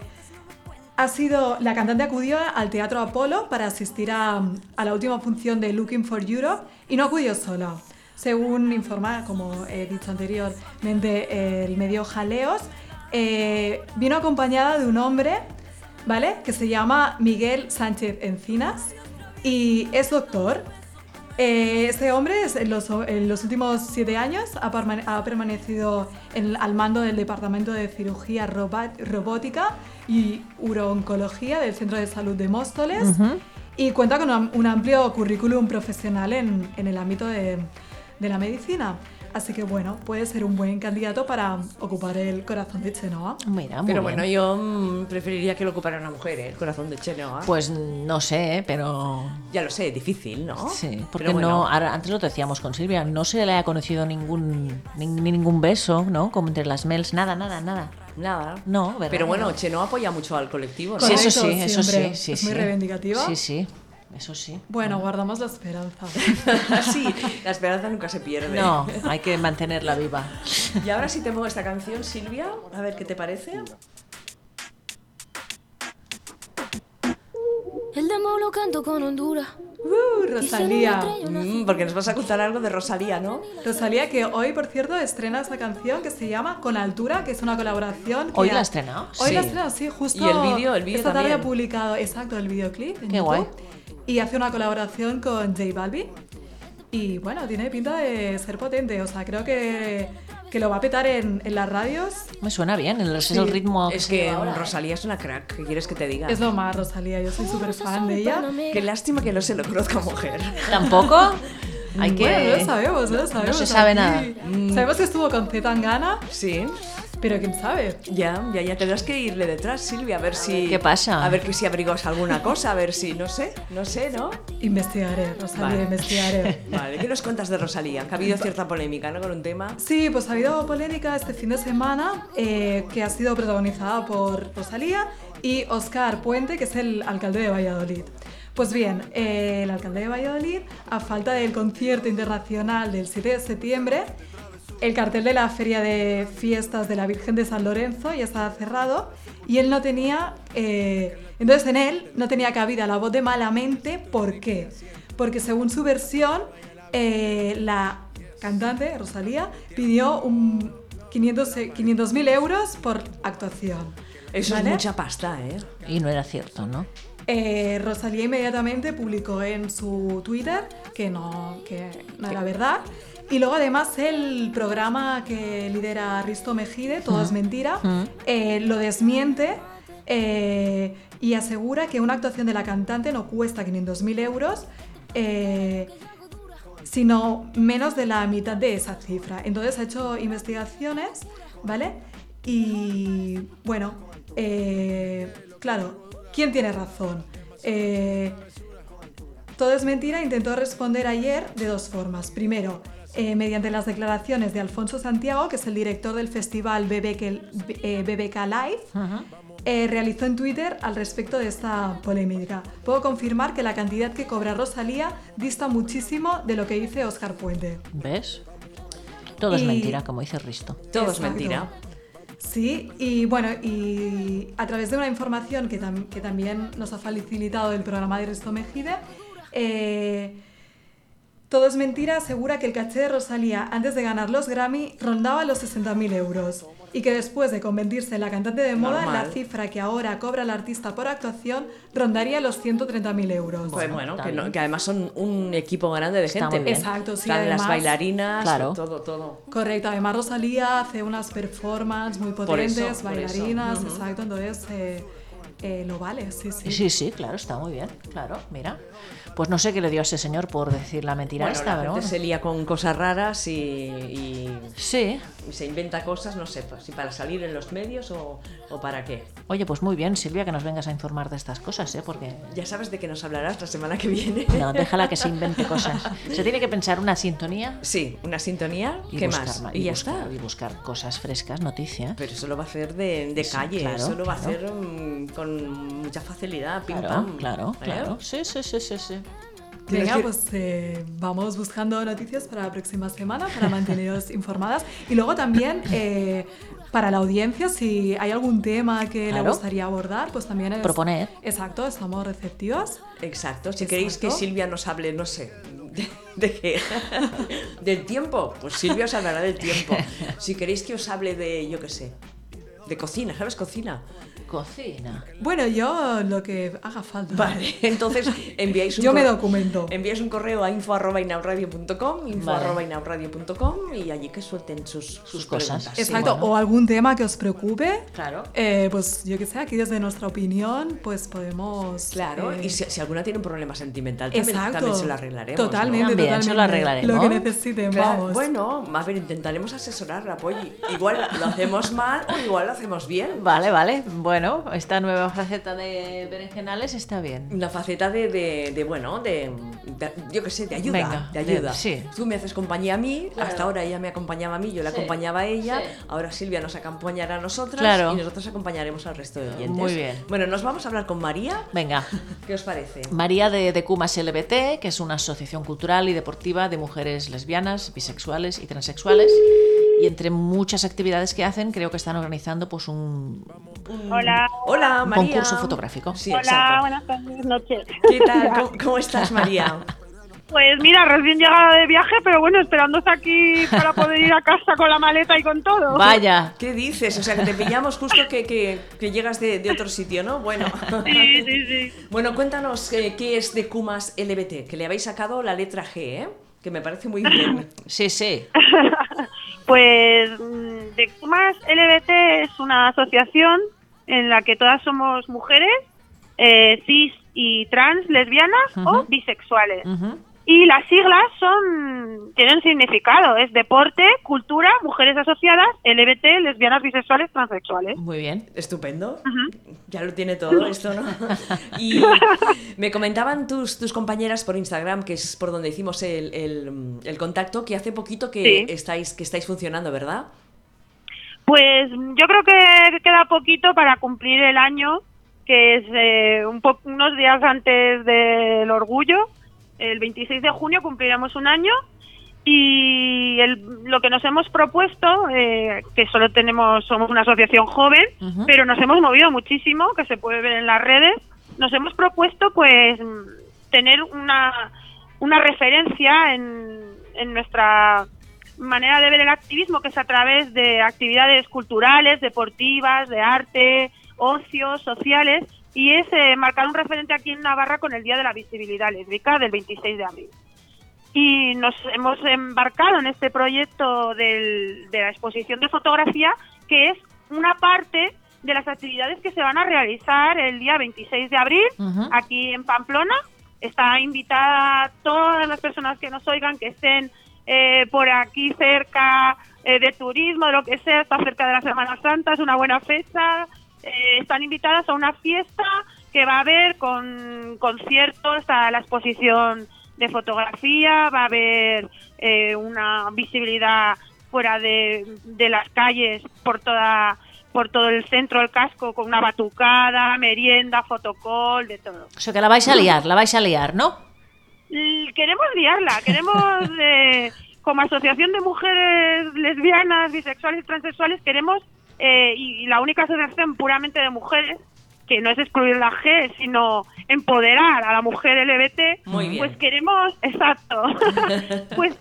Speaker 3: ha sido, la cantante acudió al Teatro Apolo para asistir a, a la última función de Looking for Europe y no acudió sola. Según informa, como he dicho anteriormente, eh, el medio Jaleos, eh, vino acompañada de un hombre, ¿vale? Que se llama Miguel Sánchez Encinas y es doctor. Eh, este hombre es- en los, en los últimos siete años ha, permane- ha permanecido en- al mando del Departamento de Cirugía Roba- Robótica y Urooncología del Centro de Salud de Móstoles y cuenta con un, un amplio currículum profesional en, en el ámbito de, de la medicina. Así que bueno, puede ser un buen candidato para ocupar el corazón de Chenoa.
Speaker 2: Mira, muy
Speaker 1: Pero
Speaker 2: bien.
Speaker 1: bueno, yo mm, preferiría que lo ocupara una mujer, ¿eh? el corazón de Chenoa.
Speaker 2: Pues no sé, pero.
Speaker 1: ya lo sé, difícil, ¿no?
Speaker 2: Sí, porque
Speaker 1: Pero bueno,
Speaker 2: no, ahora, antes lo decíamos con Silvia, no se le ha conocido ningún, ni, ni ningún beso, ¿no? Como entre las mels, nada, nada, nada.
Speaker 1: Nada.
Speaker 2: No, ¿verdad?
Speaker 1: Pero bueno,
Speaker 2: No.
Speaker 1: Chenoa apoya mucho al colectivo, ¿no?
Speaker 2: Sí,
Speaker 3: Correcto,
Speaker 2: eso sí, eso sí,
Speaker 3: siempre.
Speaker 2: sí,
Speaker 3: Es muy
Speaker 2: sí.
Speaker 3: reivindicativa.
Speaker 2: Sí, sí, eso sí.
Speaker 3: Bueno, guardamos la esperanza.
Speaker 1: Sí, la esperanza nunca se pierde.
Speaker 2: No, hay que mantenerla viva.
Speaker 1: Y ahora sí te pongo esta canción, Silvia, a ver qué te parece.
Speaker 9: El demo lo canto con Honduras.
Speaker 3: Uh, Rosalía.
Speaker 1: Mm, porque nos vas a contar algo de Rosalía, ¿no?
Speaker 3: Rosalía, que hoy, por cierto, estrena esta canción que se llama Con Altura, que es una colaboración. que
Speaker 2: ¿Hoy
Speaker 3: ha-
Speaker 2: la ha estrenado?
Speaker 3: Hoy la
Speaker 2: Sí.
Speaker 3: estrena, sí, justo.
Speaker 1: Y el vídeo, el vídeo
Speaker 3: Esta tarde
Speaker 1: también.
Speaker 3: ha publicado, exacto, el videoclip. en
Speaker 2: Qué
Speaker 3: YouTube.
Speaker 2: guay.
Speaker 3: Y hace una colaboración con J Balvin. Y bueno, tiene pinta de ser potente. O sea, creo que, que lo va a petar en, en las radios.
Speaker 2: Me suena bien, el- es el ritmo.
Speaker 1: Es que Rosalía es una crack, ¿qué quieres que te diga?
Speaker 3: Es lo más, Rosalía. Yo soy súper fan de ella.
Speaker 1: Qué lástima que no se lo conozca mujer.
Speaker 2: ¿Tampoco? Hay que.
Speaker 3: Bueno, no lo sabemos, no lo sabemos.
Speaker 2: se sabe nada.
Speaker 3: Sabemos que estuvo con Z Tangana,
Speaker 1: Sí,
Speaker 3: pero quién sabe.
Speaker 1: ya, ya, ya tendrás que irle detrás, Silvia, a ver si...
Speaker 2: ¿Qué pasa?
Speaker 1: A ver que si abrigas alguna cosa, a ver si, no sé, no sé, ¿no?
Speaker 3: Investigaré, Rosalía,
Speaker 1: Vale.
Speaker 3: investigaré.
Speaker 1: Vale, ¿qué nos cuentas de Rosalía? Que ha habido cierta polémica, ¿no? Con un tema.
Speaker 3: Sí, pues ha habido polémica este fin de semana eh, que ha sido protagonizada por Rosalía y Oscar Puente, que es el alcalde de Valladolid. Pues bien, eh, el alcalde de Valladolid, a falta del concierto internacional del 7 de septiembre, el cartel de la Feria de Fiestas de la Virgen de San Lorenzo ya estaba cerrado y él no tenía, eh, entonces en él no tenía cabida la voz de Malamente, ¿por qué? Porque según su versión, eh, la cantante, Rosalía, pidió un 500 e- 500.000 euros por actuación.
Speaker 1: Eso
Speaker 3: ¿vale?
Speaker 1: es mucha pasta, ¿eh?
Speaker 2: Y no era cierto, ¿no?
Speaker 3: Eh, Rosalía inmediatamente publicó en su Twitter que no, que no era verdad. Y luego además el programa que lidera Risto Mejide, Todo es Mentira, eh, lo desmiente eh, y asegura que una actuación de la cantante no cuesta 500.000 euros. eh, sino menos de la mitad de esa cifra. Entonces ha hecho investigaciones, ¿vale? Y bueno, eh, claro, ¿quién tiene razón? Eh, todo es mentira, intentó responder ayer de dos formas. Primero, eh, mediante las declaraciones de Alfonso Santiago, que es el director del festival BBK, eh, BBK Live, eh, realizó en Twitter al respecto de esta polémica. Puedo confirmar que la cantidad que cobra Rosalía dista muchísimo de lo que dice Oscar Puente.
Speaker 2: ¿Ves? Todo es
Speaker 3: Y-
Speaker 2: mentira, como dice Risto.
Speaker 1: Todo es
Speaker 3: Exacto.
Speaker 1: mentira.
Speaker 3: Sí, y bueno, y a través de una información que, tam- que también nos ha facilitado el programa de Risto Mejide, eh, Todo es mentira asegura que el caché de Rosalía antes de ganar los Grammy rondaba los 60.000 euros y que después de convertirse en la cantante de moda,
Speaker 1: Normal.
Speaker 3: la cifra que ahora cobra el artista por actuación rondaría los 130.000 euros.
Speaker 1: Pues bueno,
Speaker 2: está
Speaker 1: que, no-
Speaker 2: bien.
Speaker 1: que además son un equipo grande de
Speaker 2: Está
Speaker 1: gente. ¿eh?
Speaker 2: muy bien.
Speaker 3: Exacto, sí,
Speaker 1: Están las
Speaker 3: además-
Speaker 1: bailarinas,
Speaker 2: Claro.
Speaker 1: todo, todo.
Speaker 3: Correcto, además Rosalía hace unas performances muy
Speaker 1: Por eso,
Speaker 3: potentes,
Speaker 1: por eso.
Speaker 3: bailarinas, exacto, entonces eh, eh, lo vale, sí, sí.
Speaker 2: Sí, sí, claro, está muy bien, claro, mira. Pues no sé qué le dio a ese señor por decir la mentira
Speaker 1: Bueno,
Speaker 2: esta,
Speaker 1: la
Speaker 2: pero
Speaker 1: gente
Speaker 2: bueno.
Speaker 1: se lía con cosas raras y, y-
Speaker 2: Sí.
Speaker 1: y se inventa cosas, no sé, pues, si para salir en los medios o, o para qué.
Speaker 2: Oye, pues muy bien, Silvia, que nos vengas a informar de estas cosas, ¿eh? Porque...
Speaker 1: Ya sabes de qué nos hablarás la semana que viene.
Speaker 2: No, déjala que se invente cosas. Se tiene que pensar una sintonía
Speaker 1: Sí, una sintonía,
Speaker 2: y,
Speaker 1: ¿qué
Speaker 2: buscar,
Speaker 1: más?
Speaker 2: ma-
Speaker 1: Y, ya
Speaker 2: buscar,
Speaker 1: está.
Speaker 2: y buscar cosas frescas, noticias.
Speaker 1: Pero eso lo va a hacer de, de calle,
Speaker 2: claro,
Speaker 1: eso lo va a
Speaker 2: claro.
Speaker 1: hacer mm, con mucha facilidad, pim
Speaker 2: Claro,
Speaker 1: pam.
Speaker 2: claro,
Speaker 1: ¿eh?
Speaker 2: claro. Sí, sí, sí, sí, sí.
Speaker 3: Venga, pues eh, vamos buscando noticias para la próxima semana, para manteneros informadas. Y luego también eh, para la audiencia, si hay algún tema que
Speaker 2: Claro.
Speaker 3: le gustaría abordar, pues también es...
Speaker 2: Proponer.
Speaker 3: Exacto, estamos receptivas.
Speaker 1: Exacto, si queréis que
Speaker 3: Exacto.
Speaker 1: Silvia nos hable, no sé, de, de qué, del tiempo, pues Silvia os hablará del tiempo. Si queréis que os hable de, yo qué sé, de cocina, ¿sabes? Cocina.
Speaker 2: Cocina.
Speaker 3: Bueno, yo lo que haga falta.
Speaker 1: Vale, entonces enviáis un
Speaker 3: Yo me
Speaker 1: correo-
Speaker 3: documento.
Speaker 1: Enviáis un correo a info@inauradio.com,
Speaker 2: Vale.
Speaker 1: info@inauradio.com y allí que suelten sus, sus,
Speaker 2: cosas.
Speaker 1: preguntas.
Speaker 3: Exacto,
Speaker 2: bueno.
Speaker 3: o algún tema que os preocupe.
Speaker 2: Claro.
Speaker 3: Eh, pues yo que sé, aquí desde nuestra opinión, pues podemos.
Speaker 1: Claro,
Speaker 3: eh,
Speaker 1: y si, si alguna tiene un problema sentimental, también,
Speaker 3: exacto.
Speaker 1: también se lo arreglaremos. ¿no?
Speaker 3: Totalmente,
Speaker 2: También,
Speaker 3: totalmente.
Speaker 2: se lo arreglaremos.
Speaker 3: Lo que necesiten,
Speaker 1: Claro,
Speaker 3: vamos.
Speaker 1: Bueno, más bien intentaremos asesorarla, pues y- igual lo hacemos mal o igual lo hacemos bien.
Speaker 2: Vale, vale. Bueno, esta nueva faceta de berenjenales está bien.
Speaker 1: Una faceta de, de- de, bueno, de, de- yo qué sé, de ayuda.
Speaker 2: Venga,
Speaker 1: de ayuda.
Speaker 2: de- sí.
Speaker 1: Tú me haces compañía a mí, hasta ahora ella me acompañaba a mí, yo la
Speaker 2: Sí,
Speaker 1: acompañaba a ella,
Speaker 2: sí.
Speaker 1: ahora Silvia nos acompañará a nosotras
Speaker 2: Claro.
Speaker 1: y nosotros acompañaremos al resto de oyentes.
Speaker 2: Muy bien.
Speaker 1: Bueno, nos vamos a hablar con María.
Speaker 2: Venga.
Speaker 1: ¿Qué os parece?
Speaker 2: María de, de Cumas LBT, que es una asociación cultural y deportiva de mujeres lesbianas, bisexuales y transexuales. Y entre muchas actividades que hacen, creo que están organizando pues un
Speaker 10: Hola.
Speaker 1: Hola,
Speaker 2: un
Speaker 1: Ah, María.
Speaker 2: concurso fotográfico.
Speaker 1: Sí,
Speaker 10: Hola,
Speaker 1: exacto.
Speaker 10: buenas tardes, noches.
Speaker 1: ¿Qué tal? ¿Cómo, cómo estás, María?
Speaker 10: Pues mira, recién llegada de viaje, pero bueno, esperándose aquí para poder ir a casa con la maleta y con todo.
Speaker 2: Vaya.
Speaker 1: ¿Qué dices? O sea, que te pillamos justo que, que- que llegas de, de otro sitio, ¿no? Bueno.
Speaker 10: Sí, sí, sí.
Speaker 1: Bueno, cuéntanos eh, qué es de Kumas LBT, que le habéis sacado la letra G, ¿eh? Que me parece muy bien.
Speaker 2: Sí, sí.
Speaker 10: Pues mm, de Cumas LBT es una asociación en la que todas somos mujeres, eh, cis y trans, lesbianas o
Speaker 2: Ujú.
Speaker 10: bisexuales.
Speaker 2: Ujú.
Speaker 10: Y las siglas son tienen significado, es deporte, cultura, mujeres asociadas, LBT, lesbianas, bisexuales, transexuales.
Speaker 2: Muy bien.
Speaker 1: Estupendo.
Speaker 10: Ujú.
Speaker 1: Ya lo tiene todo esto, ¿no? Y me comentaban tus, tus compañeras por Instagram, que es por donde hicimos el, el- el contacto, que hace poquito que,
Speaker 10: Sí.
Speaker 1: estáis, que estáis funcionando, ¿verdad?
Speaker 10: Pues yo creo que queda poquito para cumplir el año, que es eh, un po- unos días antes del orgullo. El 26 de junio cumpliremos un año y el- lo que nos hemos propuesto, eh, que solo tenemos, somos una asociación joven,
Speaker 2: Ujú.
Speaker 10: pero nos hemos movido muchísimo, que se puede ver en las redes, nos hemos propuesto pues mm, tener una, una referencia en, en nuestra manera de ver el activismo, que es a través de actividades culturales, deportivas, de arte, ocios, sociales, y es eh, marcar un referente aquí en Navarra con el Día de la Visibilidad Lésbica del 26 de abril. Y nos hemos embarcado en este proyecto del- de la exposición de fotografía, que es una parte de las actividades que se van a realizar el día 26 de abril
Speaker 2: Ujú.
Speaker 10: aquí en Pamplona. Está invitada todas las personas que nos oigan, que estén eh, por aquí cerca eh, de turismo, de lo que sea, está cerca de la Semana Santa, es una buena fecha. Eh, están invitadas a una fiesta que va a haber con conciertos, a la exposición de fotografía, va a haber eh, una visibilidad fuera de, de las calles por toda por todo el centro del casco con una batucada, merienda, fotocol, de todo.
Speaker 2: O sea, que la vais a liar, la vais a liar, ¿no?
Speaker 10: L- queremos liarla, queremos, eh, como asociación de mujeres lesbianas, bisexuales y transexuales, queremos, eh, y, y la única asociación puramente de mujeres, que no es excluir la G, sino empoderar a la mujer LBT,
Speaker 1: Muy bien.
Speaker 10: pues queremos, exacto, pues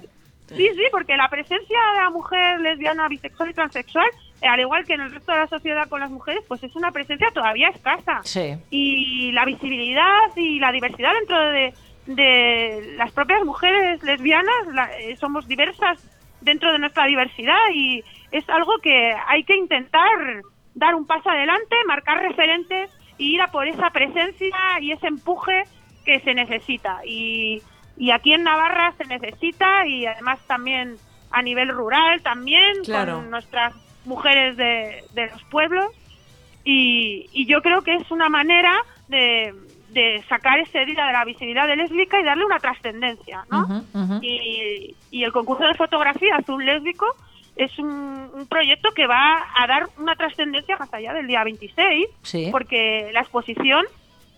Speaker 10: sí, sí, porque la presencia de la mujer lesbiana, bisexual y transexual, eh, al igual que en el resto de la sociedad con las mujeres, pues es una presencia todavía escasa
Speaker 2: Sí.
Speaker 10: y la visibilidad y la diversidad dentro de, de las propias mujeres lesbianas, la- eh, somos diversas dentro de nuestra diversidad y es algo que hay que intentar dar un paso adelante, marcar referentes y ir a por esa presencia y ese empuje que se necesita. Y, y aquí en Navarra se necesita y además también a nivel rural también
Speaker 1: Claro.
Speaker 10: con nuestras mujeres de, de los pueblos y, y yo creo que es una manera de, de sacar ese día de la visibilidad de lésbica y darle una trascendencia, ¿no?
Speaker 2: Ujú, ujú.
Speaker 10: y, y el concurso de fotografía azul lésbico es un, un proyecto que va a dar una trascendencia más allá del día 26,
Speaker 2: Sí.
Speaker 10: porque la exposición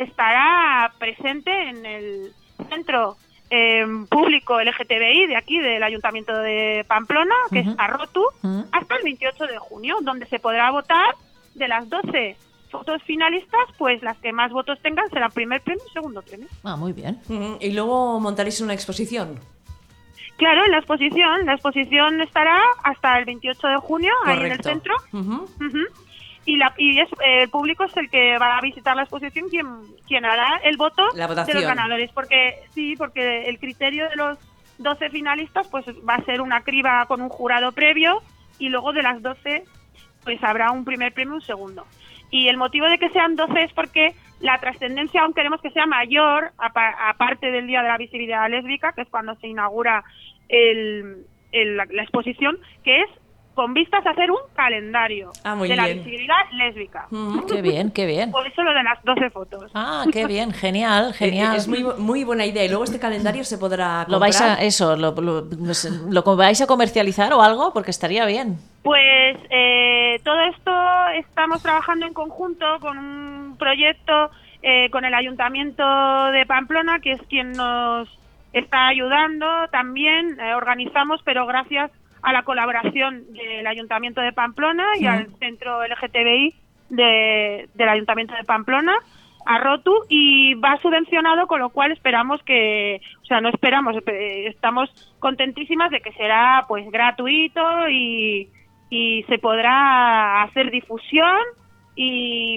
Speaker 10: estará presente en el centro eh, público LGTBI de aquí, del Ayuntamiento de Pamplona, que
Speaker 2: Ujú.
Speaker 10: es Arrotu,
Speaker 2: Ujú.
Speaker 10: hasta el 28 de junio, donde se podrá votar de las 12 fotos finalistas, pues las que más votos tengan serán primer premio y segundo premio.
Speaker 2: Ah, muy bien.
Speaker 1: Ujú, Y luego montaréis una exposición.
Speaker 10: Claro, en la exposición, la exposición estará hasta el 28 de junio ahí en el
Speaker 1: Correcto.
Speaker 10: centro.
Speaker 1: Ujú.
Speaker 10: Ujú. Y, la, y es- eh, el público es el que va a visitar la exposición quien, quien hará el voto
Speaker 1: La
Speaker 10: de
Speaker 1: votación.
Speaker 10: los ganadores. Porque sí, porque el criterio de los 12 finalistas pues va a ser una criba con un jurado previo y luego de las 12 pues habrá un primer premio y un segundo. Y el motivo de que sean 12 es porque la trascendencia aún queremos que sea mayor, apa- aparte del Día de la Visibilidad Lésbica, que es cuando se inaugura el- el- la, la exposición, que es con vistas a hacer un calendario
Speaker 1: Ah, muy
Speaker 10: de la
Speaker 1: bien. Mm.
Speaker 10: visibilidad lésbica.
Speaker 1: Ujú.
Speaker 2: Qué bien, qué bien.
Speaker 10: Por eso lo de las 12 fotos.
Speaker 2: Ah, qué bien, genial,
Speaker 1: Eh,
Speaker 2: genial.
Speaker 1: Es muy, bu- muy buena idea. Y luego este calendario se podrá comprar.
Speaker 2: ¿Lo vais a, eh. eso, lo, lo- no sé, lo co- vais a comercializar o algo? Porque estaría bien.
Speaker 10: Pues eh, todo esto estamos trabajando en conjunto con un proyecto eh, con el Ayuntamiento de Pamplona, que es quien nos está ayudando también. eh, organizamos, pero gracias a la colaboración del Ayuntamiento de Pamplona y
Speaker 2: Sí.
Speaker 10: al Centro LGTBI de- del Ayuntamiento de Pamplona a Rotu y va subvencionado, con lo cual esperamos que, o sea, no esperamos, eh, estamos contentísimas de que será pues gratuito y, y se podrá hacer difusión y,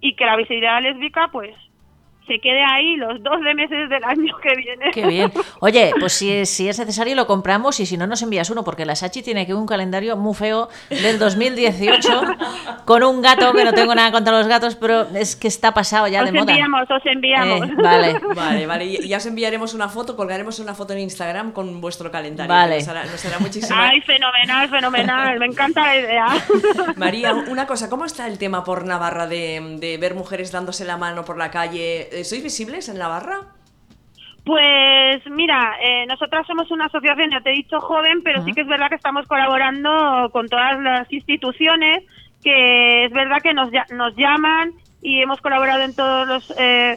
Speaker 10: y que la visibilidad lésbica pues se quede ahí los 12 meses del año que viene.
Speaker 2: Qué bien. Oye, pues si es, si es necesario lo compramos y si no nos envías uno, porque la Sachi tiene aquí un calendario muy feo del 2018 con un gato, que no tengo nada contra los gatos, pero es que está pasado ya
Speaker 10: os
Speaker 2: de moda.
Speaker 10: enviamos, os enviamos.
Speaker 2: Eh, vale.
Speaker 1: Vale, vale. Y ya os enviaremos una foto, colgaremos una foto en Instagram con vuestro calendario.
Speaker 2: Vale.
Speaker 1: que Nos hará, nos hará muchísima.
Speaker 10: Ay, fenomenal, fenomenal, me encanta la idea.
Speaker 1: María, una cosa, ¿cómo está el tema por Navarra de, de ver mujeres dándose la mano por la calle? Eh, ¿Sois visibles en Navarra?
Speaker 10: Pues mira, eh, nosotras somos una asociación, ya te he dicho joven, pero sí que es verdad que estamos colaborando con todas las instituciones, que es verdad que nos, lla- nos llaman y hemos colaborado en todos los... eh,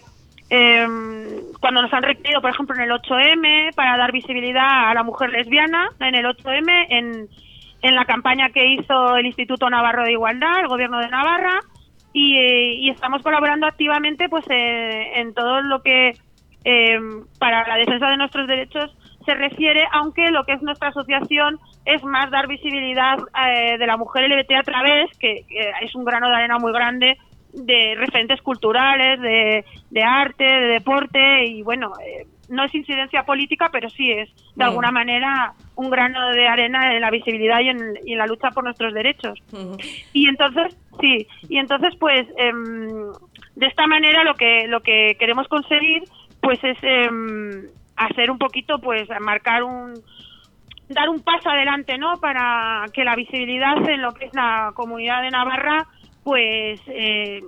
Speaker 10: em, cuando nos han requerido, por ejemplo, en el 8M, para dar visibilidad a la mujer lesbiana, en el 8M, en, en la campaña que hizo el Instituto Navarro de Igualdad, el Gobierno de Navarra, y, eh, y estamos colaborando activamente pues eh, en todo lo que eh, para la defensa de nuestros derechos se refiere, aunque lo que es nuestra asociación es más dar visibilidad eh, de la mujer LGBT a través, que eh, es un grano de arena muy grande, de referentes culturales, de, de arte, de deporte, y bueno, eh, no es incidencia política, pero sí es, de
Speaker 1: Bien.
Speaker 10: alguna manera, un grano de arena en la visibilidad y en- y en la lucha por nuestros derechos. Y entonces, sí, y entonces pues em, de esta manera lo que lo que queremos conseguir pues es em, hacer un poquito pues marcar un dar un paso adelante, ¿no? Para que la visibilidad en lo que es la comunidad de Navarra pues eh,